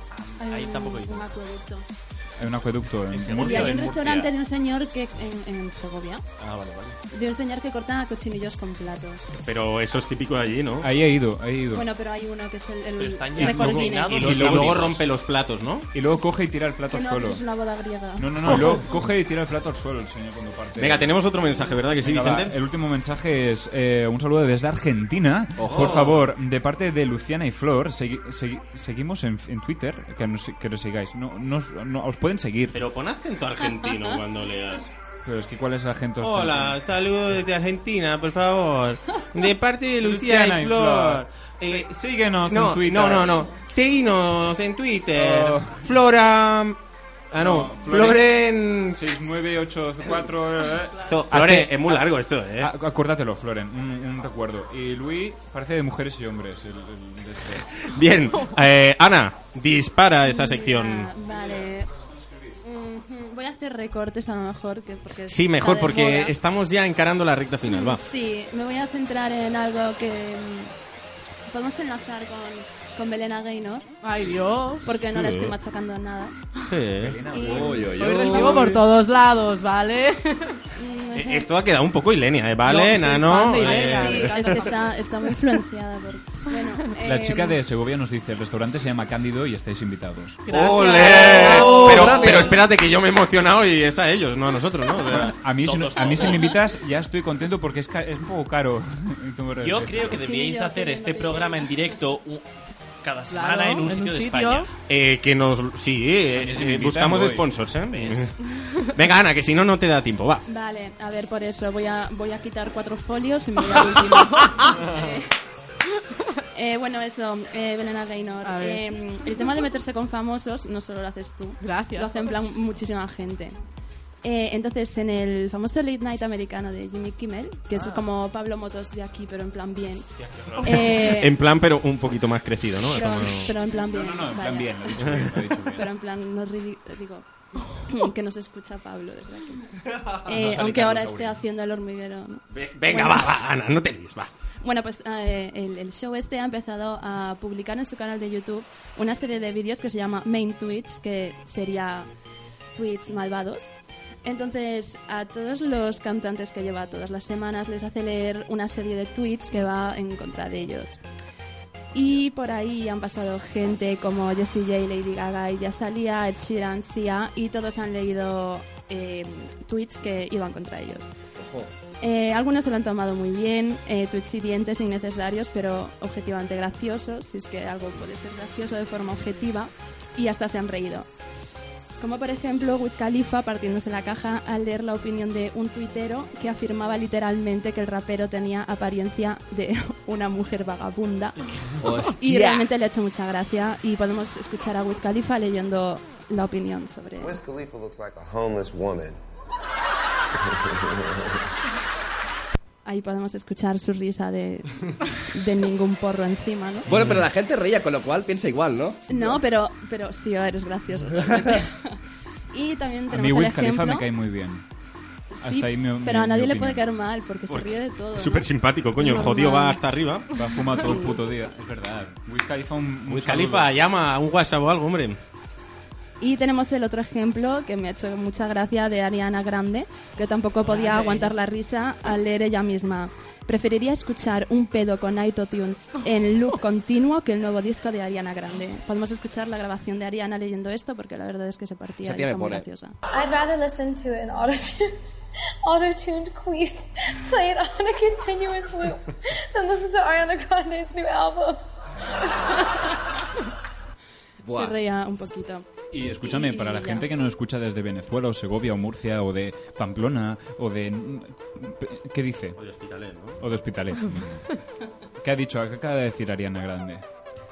Ahí tampoco he ido. Un acueducto. Hay un acueducto en, en Y Murcia. hay un en Murcia. restaurante de un señor que en, en Segovia, Ah, vale, vale. de un señor que corta cochinillos con platos. Pero eso es típico de allí, ¿no? Ahí he ido, ahí he ido. Bueno, pero hay uno que es el, el Pero están Y ya récord luego- Guinness. y Y luego, luego luego amigos. rompe los platos, ¿no? Y luego coge y tira el plato Que al no, suelo. que es una boda griega. No, no, no, luego coge y tira el plato al suelo el señor cuando parte. Venga, tenemos otro mensaje, ¿verdad que sí, Venga, va, Vicente? el último mensaje es eh, un saludo desde Argentina. Ojo. Por favor, de parte de Luciana y Flor, segui- segui- seguimos en, en Twitter, que nos, que nos sigáis. No, no os- no- os pueden seguir. Pero pon acento argentino cuando leas. Pero es que ¿cuál es el agente? Hola, saludos desde Argentina, por favor. De parte de Lucía Luciana y y Flor. Flor. síguenos no, en Twitter. No, no, no. Seguinos en Twitter. Oh. Flora. Ah, no. Floren. 6984. eh. To- Hace- Floren, es muy largo esto, eh. A- Acuérdatelo, Floren, un, un recuerdo. Y Luis parece de mujeres y hombres. el- el- el- este. Bien, eh, Ana, dispara esa sección. Ah, Ah, Vale. Mhm, Voy a hacer recortes a lo mejor. Que porque Sí, mejor, está de porque moda. estamos ya encarando la recta final, va. Sí, me voy a centrar en algo que mm, podemos enlazar con, con Belena Gaynor. Ay, Dios. Porque no la Sí. estoy machacando nada. Sí. Hoy recibo por todos lados, ¿vale? Eh, Esto ha quedado un poco Ilenia, ¿eh? ¿Vale, Yo soy Nano? fan de Eh, Ilenia. Sí, es que está, está muy influenciada por... Bueno, La em, chica de Segovia nos dice, el restaurante se llama Cándido y estáis invitados. ¡Ole! Oh, pero, gracias. pero espérate que yo me he emocionado y es a ellos, no a nosotros, ¿no? O sea, A mí, si, no- todos, a mí si todos. me invitas ya estoy contento porque es, ca- es un poco caro. Eh, Yo creo que debíais hacer este programa en directo u- cada semana Claro, en un sitio de España. Eh, que nos... Sí, eh, Oye, si eh, me invitan, buscamos voy. sponsors, ¿eh? Venga, Ana, que si no, no te da tiempo, va. Vale, a ver, por eso voy a, voy a quitar cuatro folios y me voy al último. Eh, eh, bueno, eso, eh, Belena Gaynor. A ver. Eh, el tema de meterse con famosos no solo lo haces tú. Gracias. Lo hace en plan muchísima gente. Eh, entonces, en el famoso Late Night americano de Jimmy Kimmel, que Ah. es como Pablo Motos de aquí, pero en plan bien. Eh, en plan, pero un poquito más crecido, ¿no? pero, Como- pero en plan bien. No, no, no, en plan vaya. bien, lo he dicho bien, lo he dicho bien. Pero en plan, no ridi- digo, que nos escucha Pablo desde aquí. Eh, No sale aunque Carlos ahora Saúl. esté haciendo el hormiguero. ¿no? Ve- Venga, Bueno. va, va, Ana, no te líes, va. Bueno, pues eh, el, el show este ha empezado a publicar en su canal de YouTube una serie de vídeos que se llama Main Tweets, que sería tweets malvados. Entonces, a todos los cantantes que lleva todas las semanas les hace leer una serie de tweets que va en contra de ellos. Y por ahí han pasado gente como Jessie J, Lady Gaga y ya salía Ed Sheeran, Sia, y todos han leído eh, tweets que iban contra ellos. Eh, algunos se lo han tomado muy bien, eh, tweets y dientes innecesarios, pero objetivamente graciosos, si es que algo puede ser gracioso de forma objetiva, y hasta se han reído. Como por ejemplo Wiz Khalifa partiéndose la caja al leer la opinión de un tuitero que afirmaba literalmente que el rapero tenía apariencia de una mujer vagabunda. Y realmente le ha hecho mucha gracia y podemos escuchar a Wiz Khalifa leyendo la opinión sobre... Pues Wiz Khalifa looks like a homeless woman. Ahí podemos escuchar su risa de, de ningún porro encima, ¿no? Bueno, pero la gente reía, con lo cual piensa igual, ¿no? No, pero, pero sí, eres gracioso. realmente. y también A tenemos mí el Wiz ejemplo... Khalifa me cae muy bien. Hasta Sí, ahí mi- mi- pero a nadie mi le opinión. puede caer mal porque se Porque ríe de todo. ¿no? Súper simpático, coño, el Normal. jodido va hasta arriba. Va a fumar todo el puto día, es verdad. Wiz Khalifa un, un Wiz saludo. Khalifa, llama a un WhatsApp o algo, hombre. Y tenemos el otro ejemplo que me ha hecho mucha gracia de Ariana Grande, que tampoco podía Vale. aguantar la risa al leer ella misma. Preferiría escuchar un pedo con autotune en loop continuo que el nuevo disco de Ariana Grande. Podemos escuchar la grabación de Ariana leyendo esto porque la verdad es que se partía Esa y tía está me muy pone. graciosa. I'd rather listen to an auto-tuned, auto-tuned queen played on a continuous loop than listen to Ariana Grande's new album. Buah. Se reía Ah, un poquito. Y escúchame, para la ya. gente que no escucha desde Venezuela o Segovia o Murcia o de Pamplona o de... ¿Qué dice? O de Hospitalet, ¿no? O de Hospitalet. ¿Qué ha dicho? ¿Qué acaba de decir Ariana Grande?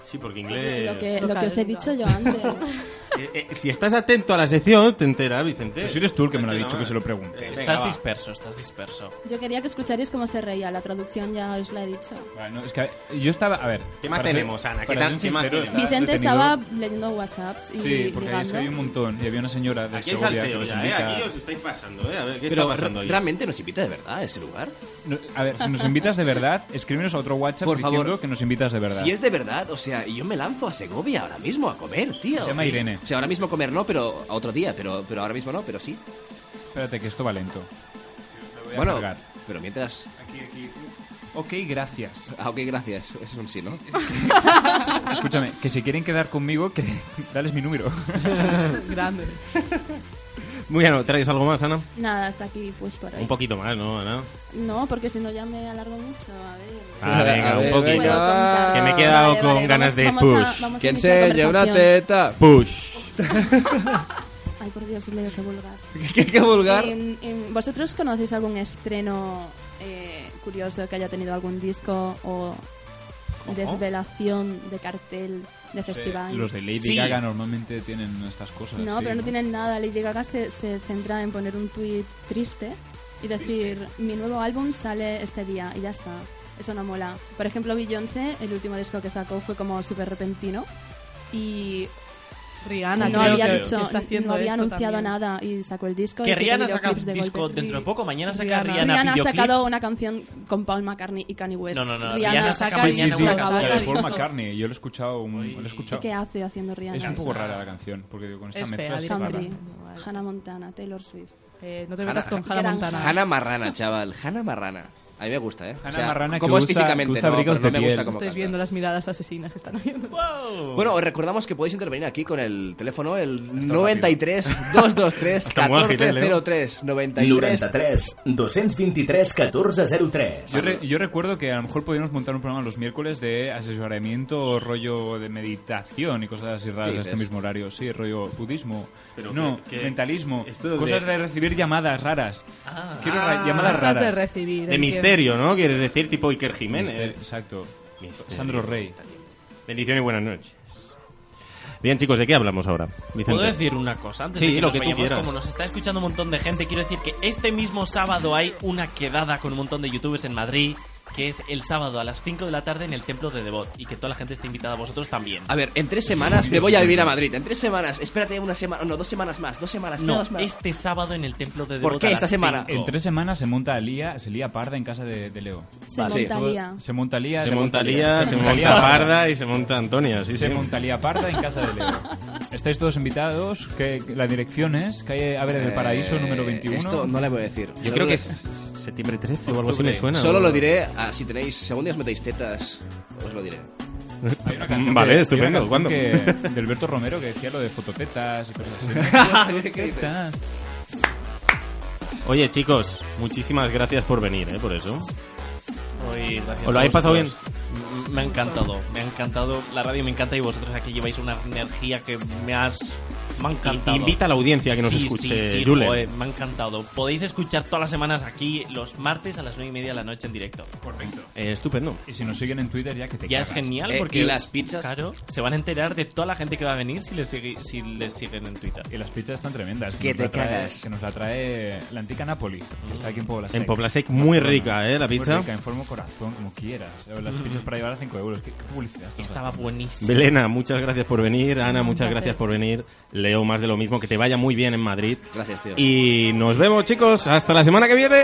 Sí, porque Lo inglés... que, lo que os he dicho yo antes. Eh, eh, si estás atento a la sección, te enteras, Vicente. Pues eres tú el que me lo ha dicho que se lo pregunte. Eh, Estás va. disperso, estás disperso. Yo quería que escucharíais cómo se reía, la traducción ya os la he dicho. Bueno, es que yo estaba. A ver. ¿Qué más para tenemos, Ana? ¿Qué para tan- ser qué más sincero, tenemos? Vicente detenido. estaba leyendo WhatsApps y Sí, porque ahí ligando. hay un montón. Y había una señora de Aquí hay Segovia que salseo nos ya, ¿eh? invita- Aquí os estáis pasando, ¿eh? A ver, ¿qué Pero está pasando re- ahí? realmente nos invita de verdad a ese lugar. No, a ver, si nos invitas de verdad, escríbenos a otro WhatsApp Por diciendo favor. que nos invitas de verdad. Si es de verdad, o sea, yo me lanzo a Segovia ahora mismo a comer, tío. Se llama Irene. O sea, ahora mismo comer no, pero a otro día, pero, pero ahora mismo no, pero sí. Espérate, que esto va lento. voy a Bueno, cargar. pero mientras... Ok, gracias. Ah, ok, gracias. Es un sí, ¿no? Escúchame, que si quieren quedar conmigo, que dales mi número. Grande. Muy bien, ¿traes algo más, Ana? Nada, hasta aquí pues por hoy. Un poquito más, ¿no, Ana? No, porque si no ya me alargo mucho. A ver. Ah, venga, A ver, un poquito. venga. Puedo contar. Que me he quedado Vale, con vale, ganas vamos- de vamos a- push. vamos a Que iniciar enseñe una conversación. teta? Push. Ay, por Dios, leo qué vulgar. ¿Qué, qué vulgar? En- en- ¿Vosotros conocéis algún estreno eh, curioso que haya tenido algún disco o desvelación de cartel de festival? Los de Lady Sí. Gaga normalmente tienen estas cosas. No, Ah, sí, pero no tienen nada. Lady Gaga se, se centra en poner un tweet triste y decir, mi nuevo álbum sale este día y ya está. Eso no mola. Por ejemplo, Beyoncé, el último disco que sacó fue como súper repentino y... Rihanna, no Ah, creo había, que dicho, está haciendo no había esto anunciado también. nada y sacó el disco. y Que siete Rihanna saca videoclips un disco golpe. dentro de poco. Mañana saca Rihanna, Rihanna, ha videoclip. sacado una canción con Paul McCartney y Kanye West. No, no, no, Rihanna, Rihanna saca, saca Sí, sí, sí, Paul la McCartney. de Paul McCartney. Yo lo he escuchado. un- lo he escuchado. ¿Qué hace haciendo Rihanna? Es un poco rara la canción, porque digo, con esta Es fea, mezcla se directamente. rara. Country, Hannah Montana, Taylor Swift. no te metas con Hannah Gran- Montana. Hannah Marrana, chaval. Hannah Marrana. A mí me gusta, ¿eh? Hannah Marrana como que es usa- físicamente, que usa no, abrigos pero no de me gusta piel. como Estáis canta. viendo las miradas asesinas que están haciendo. Bueno, os recordamos que podéis intervenir aquí con el teléfono, el rápido. 93 223 Está muy ágil, eh, Leo. 1403 93. 93 223 Yo, 1403 re- yo recuerdo que a lo mejor podríamos montar un programa los miércoles de asesoramiento, rollo de meditación y cosas así raras ¿Qué a dices? este mismo horario. Sí, rollo budismo. Pero no, que- que- mentalismo. esto de- Cosas de recibir llamadas raras. Quiero ra- Ah. llamadas Cosas raras. de recibir, De misterio, ¿no? Quieres decir, tipo Iker Jiménez. Mister- exacto. Sandro Rey. Bendiciones y buenas noches. Bien, chicos, ¿de qué hablamos ahora? Vicente? ¿Puedo decir una cosa? Antes sí, de que lo nos que tú vayamos, quieras. Como nos está escuchando un montón de gente, quiero decir que este mismo sábado hay una quedada con un montón de youtubers en Madrid, que es el sábado a las 5 de la tarde en el Templo de Devot, y que toda la gente está invitada a vosotros también. A ver, en tres semanas me voy a vivir a Madrid. En tres semanas, espérate una semana, no, dos semanas más, dos semanas No, más. este sábado en el Templo de Devot. ¿Por qué a esta las semana? En 5. tres semanas se monta Lía, se lía parda en casa de, de Leo. Se Vale. monta Todo- lía. Se monta Lía. Se monta Lía, se monta monta Parda y se monta Antonia. Sí, se sí. monta Lía parda en casa de Leo. Ah, Estáis todos invitados. Que que la dirección es calle Ávila del Eh, Paraíso número 21. esto no le voy a decir. Yo creo que es septiembre 13 o algo así Octubre. me suena. Solo ¿no? lo diré ah, si tenéis, según día os metéis tetas, os lo diré. Hay una canción Vale, que- estupendo, hay una ¿cuándo? canción que- de Alberto Romero que decía lo de fototetas y cosas así. ¿Qué dices? Fototetas. Oye, chicos, muchísimas gracias por venir, ¿eh? Por eso. Hoy, gracias ¿Os lo a habéis pasado vosotros. M- Me ha encantado, me ha encantado. La radio me encanta y vosotros aquí lleváis una energía que me has. Me ha encantado. Y- invita a la audiencia a que nos Sí, escuche, sí, sí, Julen. joe, me ha encantado. Podéis escuchar todas las semanas aquí los martes a las 9 y media de la noche en directo. Correcto. Eh, estupendo. Y si nos siguen en Twitter ya que te Ya cagas. es genial Eh, porque y las pizzas. claro, se van a enterar de toda la gente que va a venir si les, sigue- si les siguen en Twitter. Y las pizzas están tremendas. Que nos la te trae- cagas. Que nos la trae la antica Napoli, que está aquí en Pobla Sec. En Pobla Sec, muy rica, ¿eh? La Muy pizza. rica, en forma corazón, como quieras. Las pizzas para llevar a 5 euros. ¿Qué, qué publicidad? Estaba buenísimo. Belena, muchas gracias por venir. Ana, Un muchas placer. gracias por venir. Leo, más de lo mismo. Que te vaya muy bien en Madrid. Gracias, tío. Y nos vemos, chicos. Hasta la semana que viene. I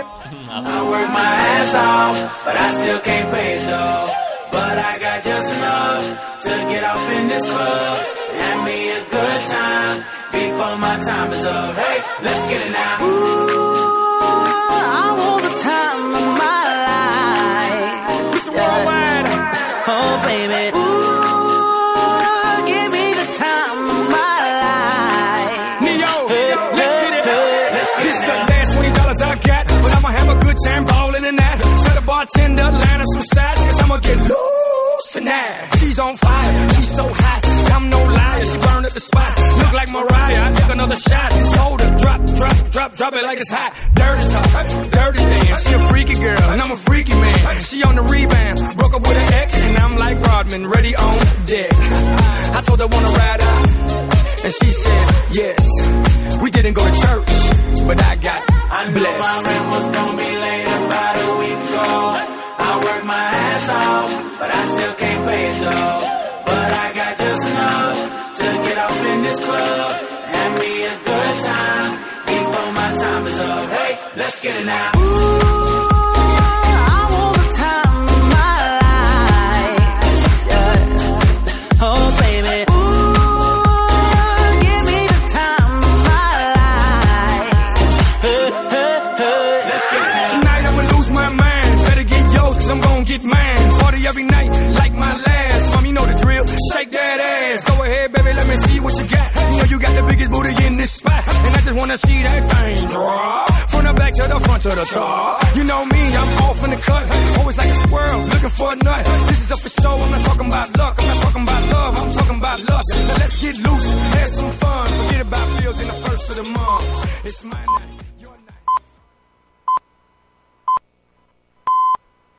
work my ass off, but I still can't pay it off. But I got just enough to get off in this club. Have me a good time before my time is up. Hey, let's get it now. Ooh, I want the time of my life. It's worldwide. Oh, baby. Ooh, give me the time of my life. Neo, let's get it. This the last twenty dollars I got, but I'ma have a good time ballin' in that. Tell the bartender, line up some shots, cause I'ma get loose tonight. She's on fire, she's so hot. I'm no liar, she burned up the spot. Look like Mariah, I took another shot. Just hold it, drop, drop, drop, drop it like it's hot. Dirty talk, dirty dance. She a freaky girl, and I'm a freaky man. She on the rebound, broke up with an ex, and I'm like Rodman, ready on deck. I told her wanna ride out. And she said, yes. We didn't go to church, but I got blessed. I work my ass off, but I still can't pay it though. But I got just enough to get off in this club. Have me a good time before my time is up. Hey, let's get it now. Tonight I'ma lose my mind. Better get yours, cause I'm gonna get mine. Party every night, like my last. Mom, you know the drill. Shake that ass. Go ahead, baby, let me see what you got. You know you got the biggest booty in this spot. And I just wanna see that thing drop. From the back to the front to the top. You know me, I'm off in the cut. Always like a squirrel, looking for a nut. This is up for show, I'm not talking about luck. I'm not talking about love, I'm talking about lust. So let's get loose, have some fun. Forget about bills in the first of the month. It's my night.